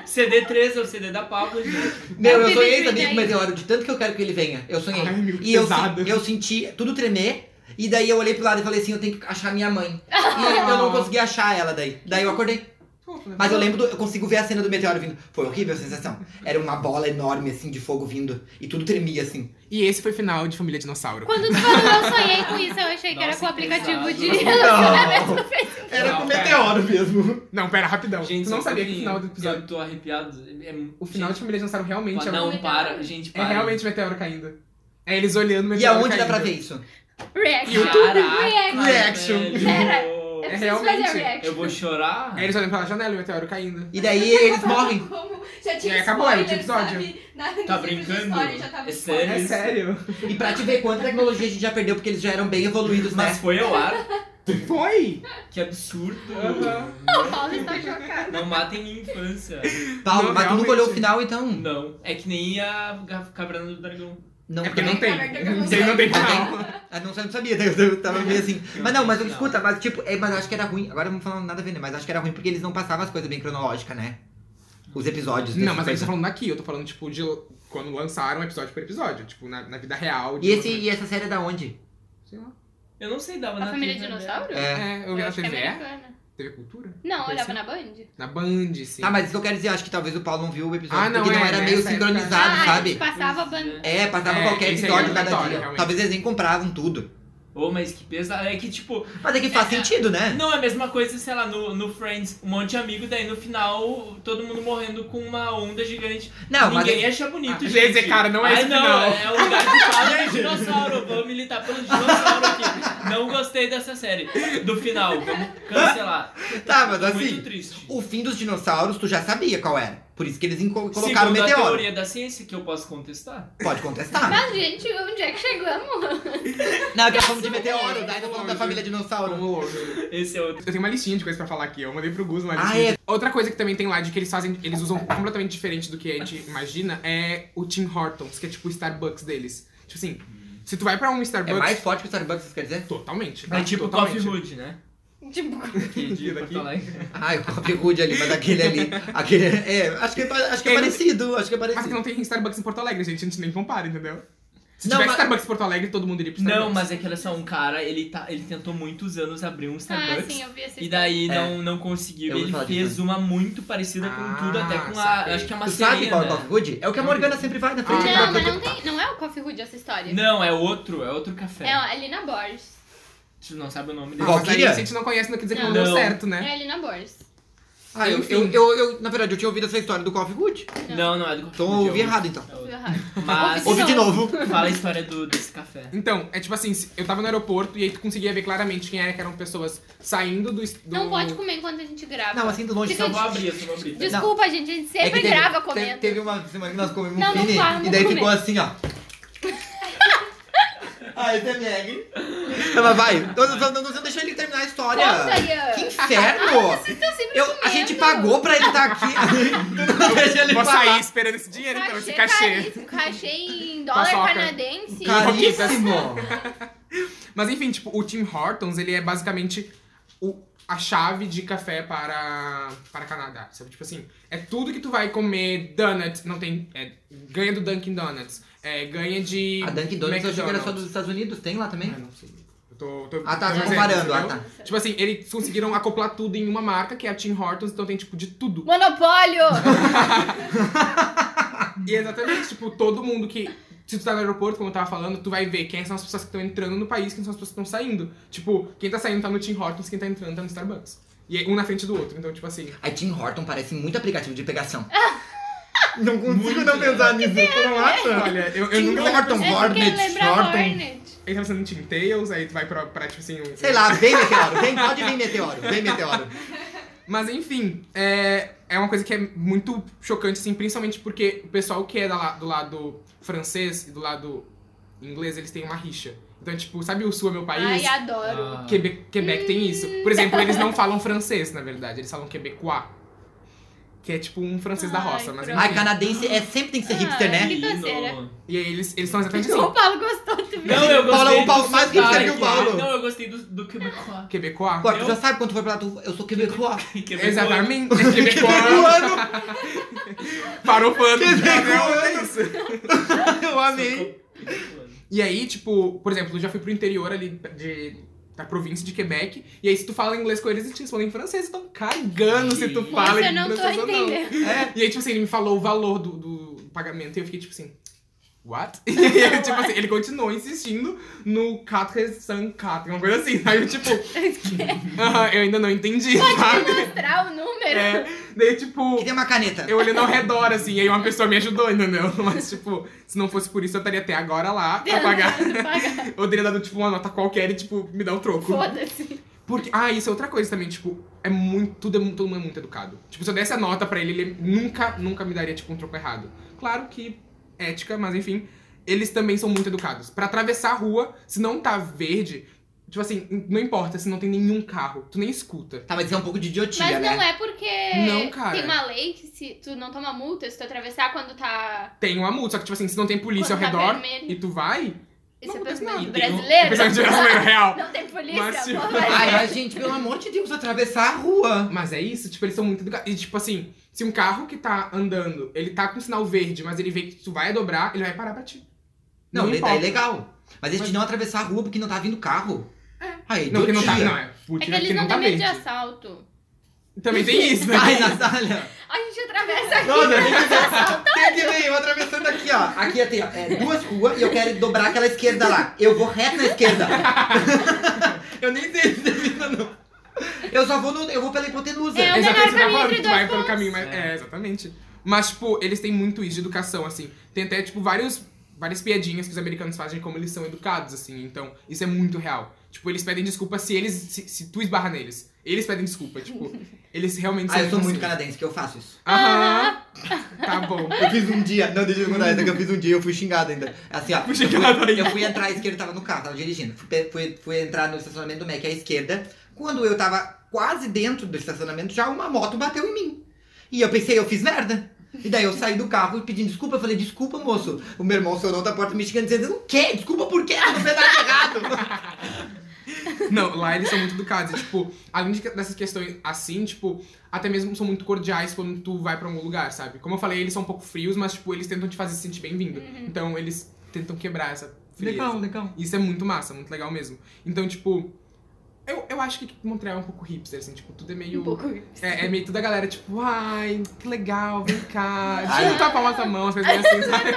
CD3 é o CD da Pablo, gente.
Meu, eu
Eu
sonhei
vivi
também com o
ideia.
meteoro, de tanto que eu quero que ele venha. Eu sonhei.
Ai, meu, que
E eu, se-
pesado.
eu senti tudo tremer. E daí eu olhei pro lado e falei assim, eu tenho que achar minha mãe. E eu não consegui achar ela daí. Daí eu acordei.
Fofo, né?
Mas eu lembro, do- eu consigo ver a cena do meteoro vindo. Foi horrível a sensação. Era uma bola enorme, assim, de fogo vindo. E tudo tremia, assim.
E esse foi o final de Família Dinossauro.
Quando tu falou eu sonhei com isso, eu achei que era
Nossa,
com o
que
aplicativo
pesado.
de
Não! Era
Não,
com
pera.
meteoro mesmo.
Não, pera, rapidão.
Gente,
tu não
só um
sabia que o final do
pouquinho.
episódio.
Eu tô arrepiado. É-
O final de
gente,
Família Dinossauro realmente é,
Não,
Legal.
para, gente,
é
para.
realmente meteoro caindo. É eles olhando o
E
meteoro.
aonde dá pra
caindo.
ver isso?
reaction. Reaction.
Caraca,
Reaction.
velho.
Pera, Eu
É
preciso
realmente.
fazer a reaction.
É Eu vou chorar?
É eles olhando pela janela e o meteoro caindo.
E daí eles morrem.
Como já
E aí
tinha
acabou, é o
spoiler,
episódio.
sabe? Na- nos
Tá
livros de
brincando?
história já tava
É
spoiler.
sério?
É sério.
E pra te ver quanta tecnologia a gente já perdeu, porque eles já eram bem evoluídos, né?
Mas foi ao ar?
Foi!
Que absurdo.
O Paulo está chocado.
Não matem minha infância.
Paulo,
Não,
mas tu nunca
realmente.
olhou o final, então.
Não. É que nem a Ga- Caverna do Dragão.
Não,
É porque não
também-
tem. Não tem, não tem final.
Ah, não, eu não sabia, daí eu- eu tava meio assim. Mas não, mas eu-
Não.
escuta, mas tipo, é, mas eu acho que era ruim. Agora eu não vou falar nada a ver, né? Mas acho que era ruim porque eles não passavam as coisas bem cronológicas, né? Os episódios.
Não,
dessas
mas aí você
coisas.
tá falando daqui, eu tô falando, tipo, de quando lançaram episódio por episódio, tipo, na, na vida real. de
E, esse,
lançamento.
e essa série é da onde?
Sei lá.
Eu não sei, dava
A
na
família
TV aberta.
dinossauro?
É, eu vi na
acho que é
TV.
americana.
TV Cultura?
Não,
Coisa
olhava
assim.
na Band.
Na Band, sim.
Tá, mas isso que eu quero dizer, acho que talvez o Paulo não viu o episódio
Ah, não,
porque não
é,
era
né,
meio
essa época-
sincronizado,
Ah, a gente
sabe?
passava a Band.
É, passava
É,
qualequer
esse aí
episódio
é
cada
aleatório,
dia.
realmente.
Talvez eles nem compravam tudo.
Ô, mas que pesado. É que, tipo,
Mas é que faz sentido, né?
não é a mesma coisa, sei lá, no, no Friends, um monte de amigo, daí no final, todo mundo morrendo com uma onda gigante.
Não, mas. é
Ninguém acha bonito,
Ah,
gente.
gente, cara, não é
Ai,
esse
não,
final.
é o lugar que fala do dinossauro. Vou militar pelo dinossauro aqui. Não gostei dessa série. Do final, vamos cancelar.
Tá, mas
é
Tô muito
assim.
triste.
O fim dos dinossauros, tu já sabia qual era. Por isso que eles enco- colocaram o
Segundo a
meteoro.
teoria da ciência que eu posso contestar.
Pode contestar.
Mas, Ah, gente, onde é que chegamos?
Não, é que nós falamos de meteoro, daí nós falamos da família dinossauro.
Vamos longe.
Esse é outro.
Eu tenho uma listinha de coisas pra falar aqui. Eu mandei pro Gus uma
Ah,
listinha. de- Outra coisa que também tem lá de que eles fazem, eles usam completamente diferente do que a gente imagina, é o Tim Hortons, que é tipo o Starbucks deles. Tipo assim, se tu vai pra um
É
Starbucks.
mais forte que o Starbucks, vocês querem dizer?
Totalmente.
É
Ah,
tipo
totalmente.
Coffee Hood, né?
Tipo,
Que de
Daqui.
Porto Alegre.
Ah, o Coffee Hood ali, mas aquele ali. Aquele, é, acho que, é pa- acho que é
Ele-
parecido, acho que é
Mas que
parecido.
não tem Starbucks em Porto Alegre, gente. A gente nem compara, entendeu? Se
Não,
tivesse
mas-
Starbucks em Porto Alegre, todo mundo iria pro Starbucks.
Não, mas é que olha só, um cara, ele, tá, ele tentou muitos anos abrir um
ah,
Starbucks.
sim, eu vi essa
E daí
É.
não, não conseguiu.
Eu ouvi
Ele
falar
fez
disso. né?
uma muito parecida com
Ah,
tudo, até com
saquei.
a. Acho que é uma
Tu sabe qual é o
serena.
Coffee Hood? É o que a Morgana sempre vai na frente
Ah,
da
Não,
tá,
mas
tá,
não tem. Não é o Coffee Hood essa história.
Não, é outro, é outro café.
É ali na Borges.
Tu não sabe o nome
Ah,
dele.
Qual
mas
que
aí,
é?
se a gente não conhece, não quer dizer que não,
Não.
deu
Não.
certo, né?
É ali na Borges.
Ah, eu,
Enfim.
eu, eu, eu- na verdade, eu tinha ouvido essa história do Coffee Hood.
Não, não é do
Então
Coffee
eu
Hood,
ouvi
é outro.
errado, então.
É
Tudo
outro.
erado.
Mas
Ouvi
Ouvi de novo.
fala a história do, desse café.
Então, é tipo assim, se- eu tava no aeroporto e aí tu conseguia ver claramente quem era que eram pessoas saindo do. do...
Não pode comer enquanto a gente grava.
Não, assim, do longe,
Fica
só
Eu vou abrir, eu só vou abrir. tá?
Desculpa, gente, a gente
É
sempre
que teve-
grava
te-
comendo.
Teve uma semana que nós comemos
Não,
um
não
fine
fala,
e
não
daí
come.
ficou assim, ó. Ah, esse é Meg. Mas vai, não, não, não, não deixa ele terminar a história.
Conta, Ian.
Que inferno!
Então, sempre
Eu, a
comendo.
gente pagou pra ele estar aqui. Tu não deixa ele
Vou sair
falar.
esperando esse dinheiro, então, esse
Cachê,
cachê.
caríssimo, cachê em dólar
Paçoca.
canadense.
Caríssimo.
Mas enfim, tipo, o Tim Hortons, ele é basicamente o- a chave de café para, para Canadá, sabe? Tipo assim, é tudo que tu vai comer donuts, não tem... é, ganha do Dunkin' Donuts, é, ganha de...
A Dunkin' Donuts eu achei que era só
McDonald's.
dos Estados Unidos. Tem lá também?
É.
Ah, não sei. Eu tô, tô-
Ah, tá,
tô
tá
fazendo,
comparando, ah,
um
entendeu?
tá.
Tipo assim, eles conseguiram acoplar tudo em uma marca, que é a Tim Hortons, então tem, tipo, de tudo.
Monopólio!
E exatamente, tipo, todo mundo que. Se tu tá no aeroporto, como eu tava falando, tu vai ver quem são as pessoas que estão entrando no país, quem são as pessoas que estão saindo. Tipo, quem tá saindo tá no Tim Hortons, quem tá entrando tá no Starbucks. E é um na frente do outro, então, tipo assim.
A Tim Horton parece muito aplicativo de pegação. Não consigo não pensar nisso. Tu não acha?
Olha, eu, eu
Tim
nunca.
Horton,
É porque
Hornet,
lembra
Horton.
Hornet.
Aí tá pensando em Tim Tails, aí tu vai pra, pra tipo assim. Um...
Sei lá, vem meteoro, vem, pode vir meteoro, vem meteoro.
Mas enfim, é, é uma coisa que é muito chocante, assim, principalmente porque o pessoal que é da la- do lado francês e do lado inglês, eles têm uma rixa. Então, tipo, sabe o sul é meu país?
Ai, adoro.
Ah,
Quebec, Quebec tem isso. Por exemplo, eles não falam francês, na verdade. Eles falam quebecois. Que é tipo um francês da
Ai,
roça. Mas
pronto.
Ai,
enfim.
canadense é, sempre tem que ser
Ah,
hipster, né?
que canseira.
não.
E aí eles, eles são exatamente
O
assim.
Paulo gostou também.
Não, eu
Paulo,
gostei.
o Paulo
do
mais que
sotaque.
segue o Paulo.
Não, eu gostei do, do Quebecois.
Quebecois.
Agora, tu
Eu-
já sabe quando tu foi pra lá, tu, eu sou quebecois.
Quebecois.
Exatamente. Quebecois.
Quebecoano,
Parou pano.
Quebecoano.
É isso.
eu amei.
E aí, tipo, por exemplo, eu já fui pro interior ali de, da província de Quebec. E aí, se tu fala inglês com eles, eles te respondem em francês. Estão cagando se tu
Nossa,
fala
eu
em
não tô
francês ou não.
entendendo.
É.
E aí, tipo assim, ele me falou o valor do, do pagamento e eu fiquei tipo assim. What? E aí, tipo assim, ele continuou insistindo no 404, uma coisa assim. Aí eu, tipo, aham, eu ainda não entendi, sabe?
Mostrar o número.
É, daí,
Que
tipo,
tem uma caneta.
eu olhando ao redor, assim, e aí uma pessoa me ajudou, entendeu? Mas, tipo, se não fosse por isso, eu estaria até agora lá pra pagar.
Pagar.
Eu teria dado, tipo, uma nota qualquer e, tipo, me dá o troco.
Foda-se.
Porque, ah, isso é outra coisa também, tipo, é muito, tudo é, mu- todo mundo é muito educado. Tipo, se eu desse a nota pra ele, ele nunca, nunca me daria, tipo, um troco errado. Claro que ética, mas enfim, eles também são muito educados. Pra atravessar a rua, se não tá verde, tipo assim, não importa, se não tem nenhum carro, tu nem escuta.
Tá, mas isso é um pouco de idiotia,
Mas
né?
não é porque
Não, cara.
tem uma lei que se tu não toma multa, se tu atravessar quando tá.
Tem uma multa, só que, tipo assim, se não tem polícia
Quando
ao
tá
redor
vermelho.
e tu vai,
Isso é
Não acontece
pensamento
nada.
brasileiro.
apesar de brasileiro real.
Não tem polícia,
Mas, tipo,
porra.
Ai, ai, gente, pelo amor de Deus, atravessar a rua.
Mas é isso, tipo, eles são muito educados. E tipo assim, se um carro que tá andando, ele tá com sinal verde, mas ele vê que tu vai dobrar, ele vai parar pra ti.
Não, daí
importa.
é legal. Mas eles não atravessar a rua porque não tá vindo carro. Ai,
Não, que não tá.
idiotia.
Não, é.
É
Putz,
que eles
que
não
tá
têm medo de
verde.
assalto.
Também tem isso, né?
Ai, Natália.
A gente atravessa aqui.
Não, tem que ver. assim, Tem que ver, eu atravessando aqui, ó. Aqui tem ó, é, duas ruas e eu quero dobrar aquela esquerda lá. Eu vou reto na esquerda. eu nem sei se termina, não. Eu só vou no, eu vou pela hipotenusa.
É o melhor
exatamente, você
caminho
vai falando
entre
que tu
dois
vai pelo
pontos.
caminho, mas. É, exatamente. Mas, tipo, eles têm muito isso de educação, assim. Tem até, tipo, vários, várias piadinhas que os americanos fazem de como eles são educados, assim. Então, isso é muito real. Tipo, eles pedem desculpa se eles. Se, se tu esbarra neles. Eles pedem desculpa, tipo. Eles realmente
Ah, eu sou
assim.
muito canadense que eu faço isso.
Aham. Tá bom.
Eu fiz um dia, não, deixa eu contar essa que eu fiz um dia, eu fui xingado ainda. Assim, ó.
Fui xingado
eu, fui,
ainda.
eu fui entrar à esquerda, tava no carro, tava dirigindo. Fui, pe- fui- fui entrar no estacionamento do Mac à esquerda. Quando eu tava quase dentro do estacionamento, já uma moto bateu em mim. E eu pensei, eu fiz merda. E daí eu saí do carro pedindo desculpa. Eu falei, desculpa, moço. O meu irmão acionou da porta me xingando, dizendo, não quer, desculpa por quê? No pedaço errado.
Não, lá eles são muito educados. E, tipo, além de que- dessas questões assim, tipo, até mesmo são muito cordiais quando tu vai pra algum lugar, sabe? Como eu falei, eles são um pouco frios, mas, tipo, eles tentam te fazer se sentir bem-vindo.
Uhum.
Então, eles tentam quebrar essa frieza.
Legal, legal.
Isso é muito massa, muito legal mesmo. Então, tipo, eu, eu acho que Montreal é um pouco hipster, assim, tipo, tudo é meio.
Um pouco.
É, é meio toda a galera, tipo, ai, que legal, vem cá.
Ai.
Tira um tapa na tua mão, as coisas meio assim, sabe?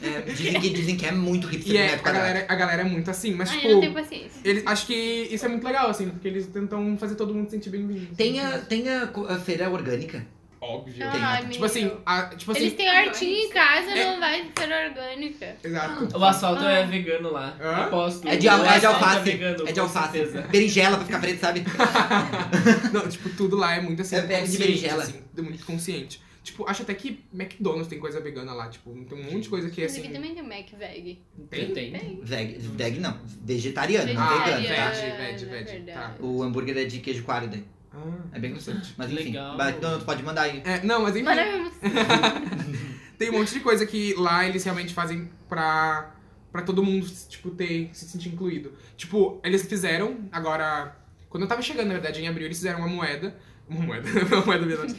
É, dizem, que, dizem que é muito hipster
E
na
é, a
época da-
galera, a galera é muito assim, mas,
Ai,
tipo.
eu não tenho paciência.
Eles, acho que isso é muito legal, assim, porque eles tentam fazer todo mundo se sentir bem-vindo. assim.
Tem, a, tem a, co- a feira orgânica.
Óbvio.
tenho.
Ai,
Tipo assim,
meu.
a- tipo assim.
Eles têm hortinha em casa, não vai ser orgânica.
Exato.
O asfalto
Ah.
é vegano lá.
Hã?
Aposto.
É de,
O
al- é de
asfalto
alface.
vegano,
É de
tá com
alface.
certeza.
Berinjela pra ficar preto, sabe?
Não, tipo, tudo lá é muito assim,
Ah. É verde de
consciente,
berinjela.
assim, é muito consciente. Tipo, acho até que McDonald's tem coisa vegana lá, tipo, tem um monte de coisa que é
Mas aqui
assim.
também tem Mac Veg.
Tem, tem.
Veg, veg não, vegetariano, não
Ah,
vegano, tá?
veg, veg,
na
veg,
verdade.
O hambúrguer é de queijo coalho daí.
Ah.
É bem gostoso. Mas enfim,
Legal.
McDonald's pode mandar aí.
É, não, mas enfim,
Maravilhoso.
tem um monte de coisa que lá eles realmente fazem pra, pra todo mundo, tipo, ter, se sentir incluído. Tipo, eles fizeram, agora... Quando eu tava chegando, na verdade, em abril, eles fizeram uma moeda. Uma moeda, uma moeda verdade.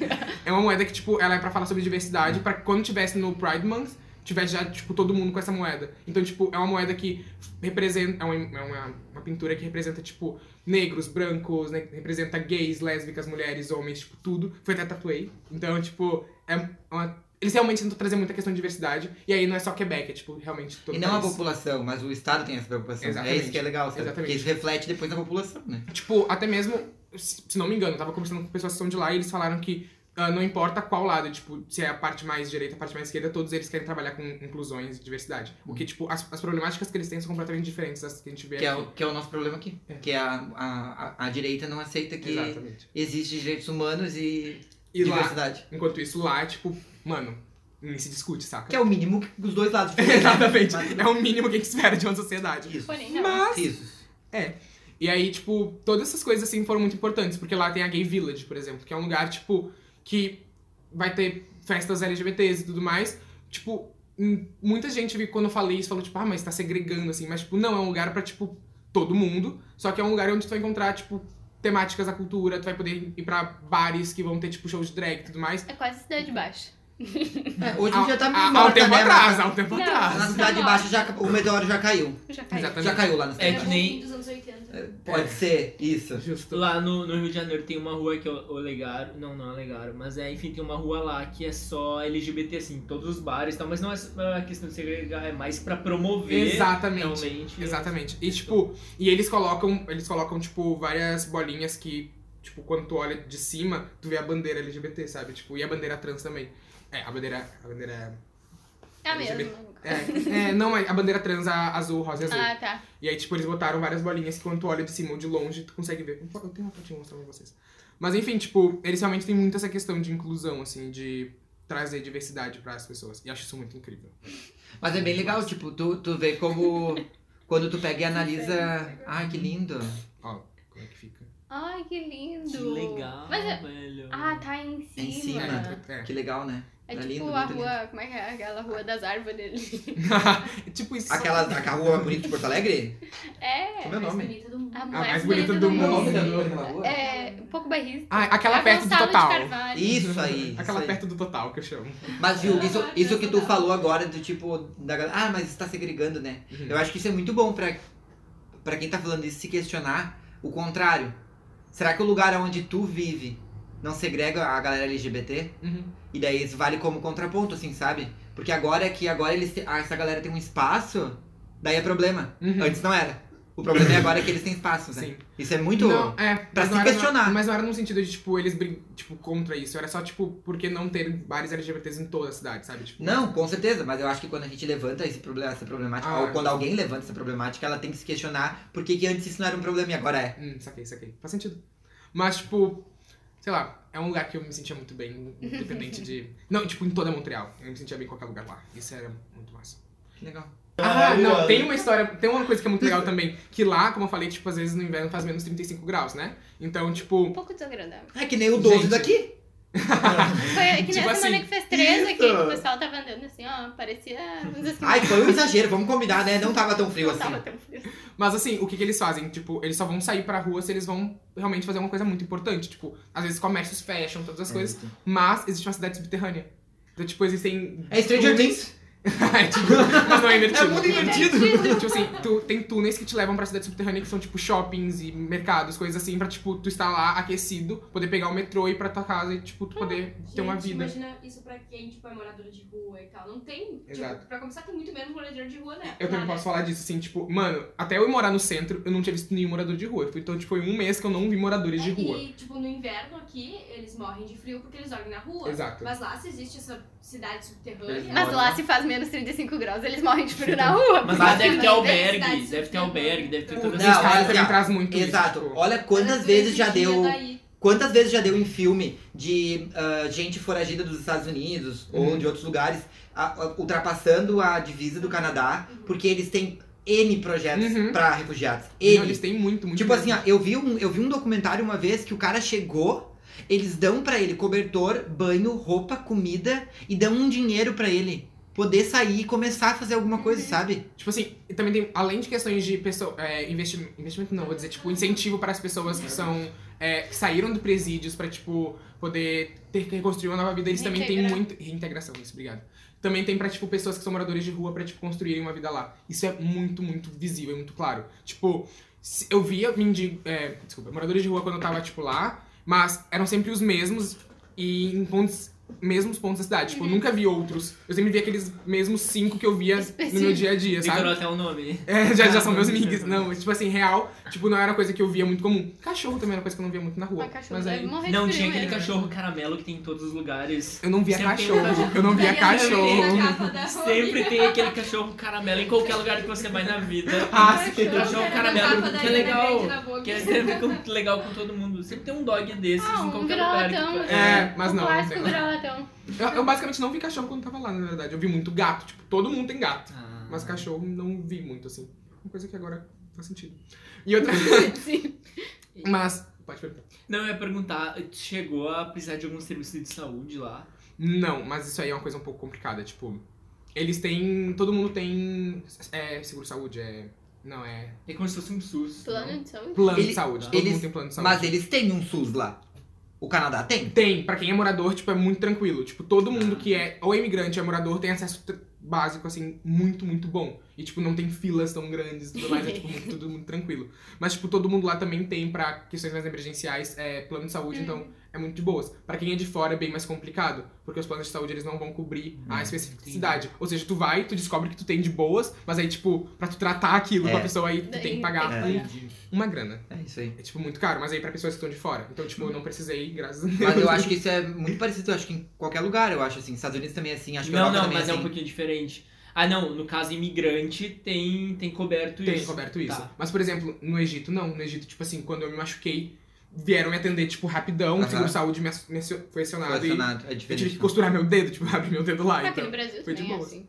É uma moeda que, tipo, ela é pra falar sobre diversidade, pra que quando tivesse no Pride Month, tivesse já, tipo, todo mundo com essa moeda. Então, tipo, é uma moeda que representa. É uma, é uma, uma pintura que representa, tipo, negros, brancos, né? representa gays, lésbicas, mulheres, homens, tipo, tudo. Foi até tatuei. Então, tipo, é uma- Eles realmente tentam trazer muita questão de diversidade. E aí não é só Quebec, é tipo, realmente todo
E não a
país.
população, mas o Estado tem essa preocupação. É
Exatamente.
isso que é legal, sabe?
Exatamente.
Porque isso reflete depois na população, né?
Tipo, até mesmo, se se não me engano, eu tava conversando com pessoas que são de lá e eles falaram que ah, não importa qual lado, tipo, se é a parte mais direita, a parte mais esquerda, todos eles querem trabalhar com inclusões e diversidade. O que, tipo, as, as problemáticas que eles têm são completamente diferentes das que a gente vê
Uhum. Que é,
aqui.
o, que é o nosso problema aqui.
É.
Que a, a, a, a direita não aceita que
Exatamente.
existem direitos humanos e,
E lá,
diversidade.
enquanto isso, lá, é, tipo, mano, nem se discute, saca?
Que é o mínimo que os dois lados
Exatamente.
Mas- né?
É o mínimo que a gente espera de uma sociedade.
Isso.
Porém, não.
Isso.
E aí, tipo, todas essas coisas, assim, foram muito importantes, porque lá tem a Gay Village, por exemplo, que é um lugar, tipo, que vai ter festas LGBTs e tudo mais. Tipo, m- muita gente, viu quando eu falei isso, falou, tipo, ah, mas tá segregando, assim. Mas, tipo, não, é um lugar pra, tipo, todo mundo. Só que é um lugar onde tu vai encontrar, tipo, temáticas da cultura, tu vai poder ir pra bares que vão ter, tipo, shows de drag e tudo mais.
É quase cidade baixa.
É, hoje em dia tá
Há-
meio
há- há um
morta,
tempo
né? mas-
atrás, há um tempo
Não.
atrás.
Na cidade de baixo já, o meteoro já caiu.
Já caiu.
Exatamente.
Já caiu lá na
É
cidade.
que nem
dos anos
É,
80.
Pode ser, isso.
Justo.
lá no, no Rio de Janeiro tem uma rua que é o- Olegário. Não, não é Olegário, mas é, enfim, tem uma rua lá que é só LGBT, assim, todos os bares e tal, mas não é só- é a questão de segregar, é mais pra promover.
Exatamente.
Realmente.
Exatamente. E tipo, e eles colocam, eles colocam tipo várias bolinhas que, tipo, quando tu olha de cima, tu vê a bandeira LGBT, sabe? Tipo, e a bandeira trans também. É, a bandeira, a bandeira
É a mesma.
é, é, não, mas a bandeira trans a- azul, rosa e azul.
Ah, tá.
E aí, tipo, eles botaram várias bolinhas que quando tu olha de cima ou de longe, tu consegue ver. Eu tenho uma fotinha mostrar pra vocês. Mas enfim, tipo, eles realmente têm muito essa questão de inclusão, assim, de trazer diversidade pras pessoas. E acho isso muito incrível.
Mas é bem legal, tipo, tu, tu vê como. Quando tu pega e analisa. Ai, que lindo.
Ó, como é que fica?
Ai, que lindo.
Que legal,
Mas é-
velho.
Ah, tá em cima.
Em cima.
Ah.
É.
Que legal, né?
É
Tá
tipo
lindo,
a
muito
rua, como é que é? Aquela rua das árvores ali.
É tipo isso.
Aquela, aquela rua bonita de Porto Alegre?
É.
Como é o nome?
bonita do mundo.
A
A mais
mais
bonita
bonita
do
do
Como é o nome
mundo.
da rua, daquela rua?
É, um pouco barrista.
Ah, aquela
É
perto do
Gonçalo de
total.
Carvalho.
Isso aí. isso
Aquela
aí.
perto do total que eu chamo.
Mas, Ju, isso, isso que tu falou agora do tipo. Da galera. Ah, mas está segregando, né?
Uhum.
Eu acho que isso é muito bom pra, pra quem tá falando isso se questionar o contrário. Será que o lugar onde tu vive não segrega a galera LGBT?
Uhum.
E daí isso vale como contraponto, assim, sabe? Porque agora é que agora eles te- ah, essa galera tem um espaço, daí é problema.
Uhum.
Antes não era. O problema é agora que eles têm espaço, né?
Sim.
Isso é muito.
Não, é,
pra
mas
se
não era-
questionar.
mas não era num sentido de, tipo, eles brin tipo, contra isso. Era só, tipo, porque não ter bares LGBTs em toda a cidade, sabe? Tipo,
Não, com certeza, mas eu acho que quando a gente levanta esse problema, essa problemática,
Ah,
ou quando alguém levanta essa problemática, ela tem que se questionar por que, que antes isso não era um problema e agora é.
Hum, saquei, saquei. Faz sentido. Mas, tipo, sei lá, é um lugar que eu me sentia muito bem, independente de. Não, tipo, em toda Montreal. Eu me sentia bem em qualquer lugar lá. Isso era muito massa.
Que legal.
Ah,
Caralho,
não,
mano.
tem uma história, tem uma coisa que é muito legal também, que lá, como eu falei, tipo, às vezes no inverno faz menos 35 graus, né? Então,
Um
tipo,
pouco desagradável.
É que nem o 12
Gente.
daqui.
Foi que nem
Tipo
a semana
assim,
que fez 13 aqui, que
isso.
o pessoal tava andando assim, ó, parecia. assim, uns esquimós.
Ai, foi um exagero, vamos combinar, né? Não tava tão frio
Não
assim.
tava tão um frio.
mas assim, o que que eles fazem? Tipo, eles só vão sair pra rua se eles vão realmente fazer uma coisa muito importante, tipo, às vezes comércios fecham, todas
É.
as coisas, mas existe uma cidade subterrânea. Então, tipo, existem
É Stranger
túneis-
Things.
É, tipo, mas não é invertido.
É muito invertido.
tipo assim, tu, tem túneis que te levam pra cidade subterrânea, que são tipo shoppings e mercados, coisas assim, pra tipo, tu estar lá aquecido, poder pegar o metrô e ir pra tua casa e tipo, tu poder
Ah,
ter uma
Gente,
vida.
Imagina isso pra quem tipo, é morador de rua e tal. Não tem. tipo,
Exato.
pra começar, tem muito menos morador de rua, né?
É Eu também
Lá,
posso falar disso, assim, tipo, mano, até eu ir morar no centro, eu não tinha visto nenhum morador de rua. Eu fui- Então, tipo, foi um mês que eu não vi moradores de
É,
rua.
E, tipo, no inverno aqui, eles morrem de frio porque eles dormem na rua.
Exato.
Mas lá, se existe essa cidade subterrânea...
Mas lá se faz menos 35 graus, eles morrem de frio na rua.
Mas
porque
lá
assim,
deve
não
ter
tem
albergue,
cidades
deve ter
que
albergue, deve ter
O
toda
Não,
essa
Sky
olha
também
assim, ó,
traz muito
Exato.
isso. Tipo,
Olha quantas vezes já deu.
tá
Quantas vezes já deu em filme de ah, gente foragida dos Estados Unidos ou
Uhum.
de outros lugares a- a- ultrapassando a divisa do Canadá, porque eles têm N projetos
Uhum.
pra refugiados.
não,
N.
eles têm muito, muito.
Tipo assim,
mesmo.
ó, eu vi, um, eu vi um documentário uma vez que o cara chegou, eles dão pra ele cobertor, banho, roupa, comida e dão um dinheiro pra ele poder sair e começar a fazer alguma coisa, sabe?
Tipo assim, e também tem, além de questões de pessoa, é, investi- investimento, não, vou dizer, tipo, incentivo para as pessoas que são, é, que saíram do presídios pra, tipo, poder ter que reconstruir uma nova vida, eles também têm
Reintegrar.
muito, reintegração, isso, obrigado. Também tem pra, tipo, pessoas que são moradores de rua pra, tipo, construírem uma vida lá. Isso é muito, muito visível, é muito claro. Tipo, se- eu via mendigo, é, desculpa, moradores de rua quando eu tava, tipo, lá, mas eram sempre os mesmos e em pontos... Mesmos pontos da cidade, tipo, eu nunca vi outros. Eu sempre vi aqueles mesmos cinco que eu via no meu
Específico.
dia a dia, sabe?
Decorou até o nome.
É, já, já são meus migs. Não, mas, tipo assim, real, tipo, não era uma coisa que eu via muito comum. Cachorro também era uma coisa que eu não via muito na rua.
Mas Ah, cachorro é
Mas
deve
aí.
morrer de
Não,
frio
tinha aquele
mesmo.
cachorro caramelo que tem em todos os lugares.
Eu não via
Sempre tem um
cachorro. Eu não via cachorro.
Sempre tem aquele cachorro caramelo em qualquer lugar que você vai na vida.
Ah,
Tem
sim.
Uhum.
cachorro caramelo, que é legal. Que é sempre com- legal com todo mundo. Sempre tem um dog desses
Ah,
em
um
qualquer lugar. que tu
vira-latão.
vai.
É, mas
um
não, não
Clássico
tem.
vira-latão.
Eu, eu basicamente não vi cachorro quando tava lá, na verdade. Eu vi muito gato. Tipo, todo mundo tem gato.
Ah.
Mas cachorro não vi muito, assim. Uma coisa que agora faz sentido. E outra.
Sim.
Mas. Pode perguntar.
Não, eu ia perguntar, tu chegou a precisar de algum serviço de saúde lá?
Não, mas isso aí é uma coisa um pouco complicada. Tipo, eles têm. Todo mundo tem. É. Seguro-saúde, é. Não, é.
É como se fosse um SUS.
Plano de saúde.
Plano de
Ele-
saúde. Todo
eles-
mundo tem plano de saúde.
Mas eles têm um SUS lá. O Canadá tem.
Tem, pra quem é morador, tipo, é muito tranquilo. Tipo,
Tá.
todo mundo que é ou é imigrante ou é morador tem acesso tr- básico, assim, muito, muito bom. E, tipo, não tem filas tão grandes e tudo mais, é, tipo, muito, tudo muito tranquilo. Mas, tipo, todo mundo lá também tem, pra questões mais emergenciais, é, plano de saúde,
Uhum.
então é muito de boas. Pra quem é de fora é bem mais complicado, porque os planos de saúde, eles não vão cobrir
Uhum,
a especificidade. Ou seja, tu vai, tu descobre que tu tem de boas, mas aí, tipo, pra tu tratar aquilo
É.
com a pessoa aí, tu
Daí
tem que pagar
tem
que
um-
pagar.
uma grana.
É isso aí.
É, tipo, muito caro, mas aí pra pessoas que estão de fora. Então, tipo, eu não precisei, graças a Deus.
Mas eu acho que isso é muito parecido, eu acho que em qualquer lugar, eu acho assim. Estados Unidos também é assim, acho que
não,
Europa
não,
também
mas
é
é
assim.
um pouquinho diferente. Ah, não, no caso imigrante tem, tem coberto
Tem
isso.
coberto isso.
Tá.
Mas, por exemplo, no Egito, não. No Egito, tipo assim, quando eu me machuquei, vieram me atender, tipo, rapidão. O
Aham.
seguro-saúde me, ass- me acio- foi acionado. e
Relacionado, é
eu tive que
diferente.
costurar meu dedo, tipo, abrir meu dedo lá.
Ah, Aqui no
Então,
Brasil
foi de
também é
boas.
assim.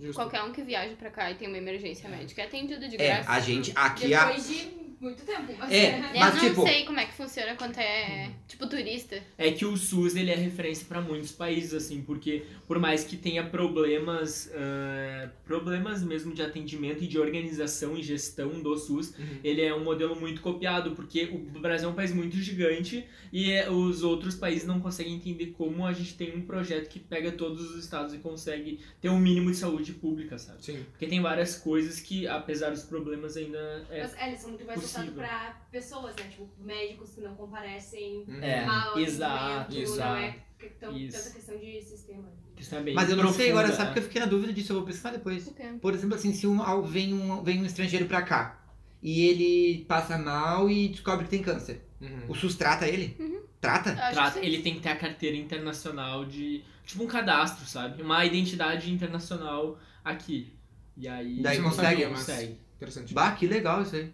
justo.
Qualquer um que viaja pra cá e tem uma emergência médica é atendido de
É,
graça.
a gente, aqui a.
Depois de muito tempo. assim, né? mas-
É,
Eu
mas
não
tipo-
sei como é que funciona quando é, tipo, turista.
É que o SUS ele é referência pra muitos países, assim, porque por mais que tenha problemas, ah, problemas mesmo de atendimento e de organização e gestão do SUS,
Uhum.
ele é um modelo muito copiado, porque o Brasil é um país muito gigante e eh, os outros países não conseguem entender como a gente tem um projeto que pega todos os estados e consegue ter um mínimo de saúde pública, sabe?
Sim.
Porque tem várias coisas que, apesar dos problemas, ainda é.
Mas é, eles são muito mais voltados
possível.
pra pessoas, né? Tipo, médicos que não comparecem
É,
mal. atendimento,
exato,
Não
exato.
é que- tão,
Isso.
tanta questão de sistema.
Isso é bem
Mas eu não sei agora,
profunda,
sabe
né?
que eu fiquei na dúvida disso, eu vou pensar depois.
Tipo, é.
Por exemplo, assim, se um, al- vem, um, vem um estrangeiro pra cá e ele passa mal e descobre que tem câncer,
Uhum.
o SUS trata ele?
Uhum.
Trata?
Acho
Trata-
que sim.
ele tem que ter a carteira internacional de. Tipo um cadastro, sabe? Uma identidade internacional aqui. E aí.
Daí
Isso
consegue,
não
mas-
consegue.
Interessante.
Bah, que legal isso aí.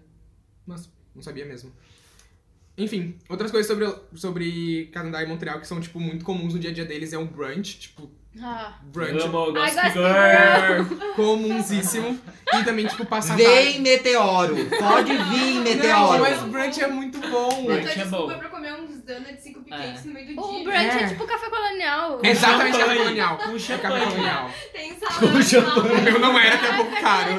Não sabia mesmo. Enfim, outras coisas sobre, sobre Canadá e Montreal que são, tipo, muito comuns no dia a dia deles é o brunch, tipo,
Ah,
brunch
Amo o Gossip
Gossip
Girl.
comunsíssimo. e também, tipo, passar
Vem, meteoro! Pode vir,
Não,
meteoro!
mas brunch é muito bom.
Eu
Brunch
tô
é
desculpa
bom. É.
pra comer uns donuts cinco cupcakes no meio do
o
dia.
brunch é.
É.
tipo café colonial.
Exatamente, café
champanhe.
colonial.
Com
É café
champanhe.
colonial.
Tem salada.
O meu não era, que é pouco caro.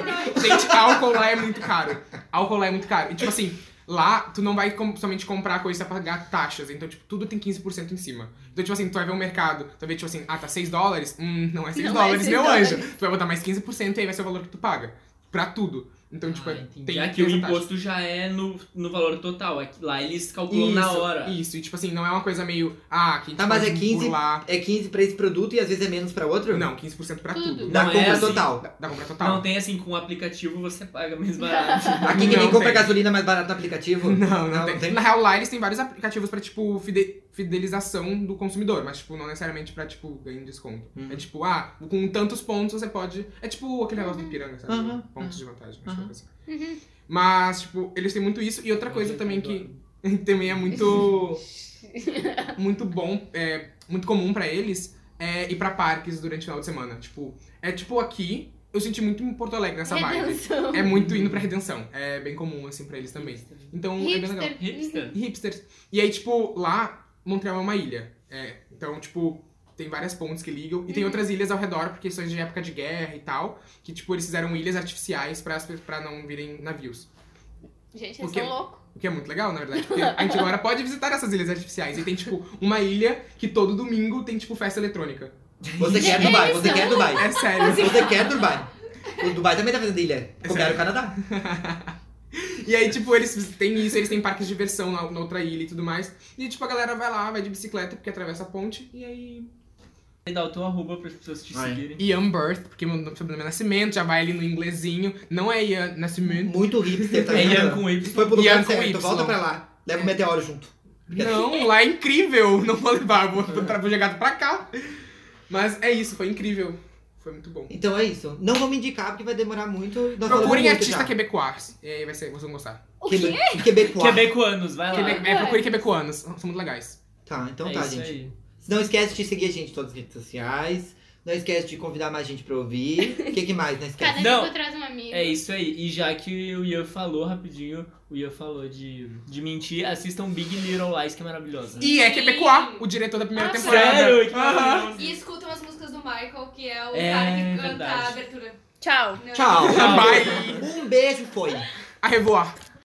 Gente, álcool lá é muito caro. Álcool lá é muito caro. E tipo assim, lá tu não vai com- somente comprar coisa pra pagar taxas. Então, tipo, tudo tem 15% em cima. Então, tipo assim, tu vai ver o mercado, tu vai ver, tipo assim, ah, tá 6 dólares? Hum, não é 6
Não é
dólares,
6
meu
dólares.
anjo. Tu vai botar mais 15% e aí vai ser o valor que tu paga. Pra tudo. Então, tipo,
Ah,
é-
entendi.
tem
Aqui o
essa taxa.
imposto já é no, no valor total. Aqui- Lá eles calculam na hora.
Isso, e tipo assim, não é uma coisa meio, ah, que a gente
Tá, mas
pode
é 15?
burlar.
É 15 pra esse produto e às vezes é menos pra outro?
Não, 15% pra
Tudo.
tudo.
Não
Da
é
compra
assim.
total.
Da, da compra total.
Não tem assim, com o aplicativo você paga mais barato.
Aqui que
Não
nem compra
tem.
gasolina mais barata no aplicativo?
Não, não, tem.
tem.
Na real, lá eles têm vários aplicativos pra, tipo, fide- fidelização do consumidor, mas, tipo, não necessariamente pra, tipo, ganho de desconto.
Uhum.
É tipo, ah, com tantos pontos você pode. É tipo aquele negócio do Ipiranga, sabe?
Uhum.
Pontos de vantagem, acho que é assim.
Uhum.
Mas, tipo, eles têm muito isso. E outra coisa também que também é muito. muito bom, é muito comum pra eles é ir pra parques durante o final de semana. Tipo, é tipo aqui. Eu senti muito em Porto Alegre essa vibe.
Redenção.
É muito indo pra redenção. É bem comum, assim, pra eles também. Então, é bem legal
Hipster.
Hipster.
hipsters. E aí, tipo, lá, Montreal é uma ilha. É, então, tipo, tem várias pontes que ligam. E tem outras ilhas ao redor, por questões de época de guerra e tal. Que, tipo, eles fizeram ilhas artificiais pra, as pe- pra não virem navios.
Gente,
O
eles
quê?
são loucos.
O que é muito legal, na verdade. Porque a gente agora pode visitar essas ilhas artificiais. E tem, tipo, uma ilha que todo domingo tem, tipo, festa eletrônica.
Você quer
Gente,
Dubai, você
isso.
quer Dubai.
É sério.
Você quer Dubai. O Dubai também tá fazendo
É
ilha. Copiaram o Canadá.
E aí, tipo, eles têm isso, eles têm parques de diversão na, na outra ilha e tudo mais. E, tipo, a galera vai lá, vai de bicicleta, porque atravessa a ponte. E aí,
E dá o teu arroba para as pessoas te
Ah, é.
seguirem.
Ian Birth, porque meu nome- sobrenome é Nascimento, já vai ali no inglesinho. Não é Ian Nascimento.
Muito hipster
É
tá
também.
Ian com Y.
Foi pro lugar
Ian com
certo,
Y.
volta pra lá. Leva o meteoro junto.
Não, lá é incrível. Não vou levar, vou, vou, tra- vou jogar pra cá. Mas é isso, foi incrível. Foi muito bom.
Então é isso. Não vou me indicar porque vai demorar muito. Nós falamos
Procurem
muito
artista
já.
quebecois. E aí vai ser, vocês vão gostar.
O
Quebe-
quê?
Quebecois.
Quebecoanos, vai lá.
Quebe- é, procurem quebecoanos. São muito legais.
Tá, então
É
tá,
isso
gente.
aí.
Não esquece de seguir a gente em todas as redes sociais. Não esquece de convidar mais gente pra ouvir. O que, que mais? Não esquece.
Cada
Não.
amigo traz um amigo.
É isso aí. E já que o Ian falou rapidinho, o Ian falou de, de mentir, assistam Big Little Lies, que é maravilhosa.
E é quebecois, o diretor da primeira
Ah,
temporada.
Sério? Que
Aham.
maravilhosa.
E escutam as músicas do Michael, que é o
É,
cara que canta
verdade.
a abertura.
Tchau.
Não.
Tchau.
Tchau.
Bye.
Um beijo, foi.
A revoar.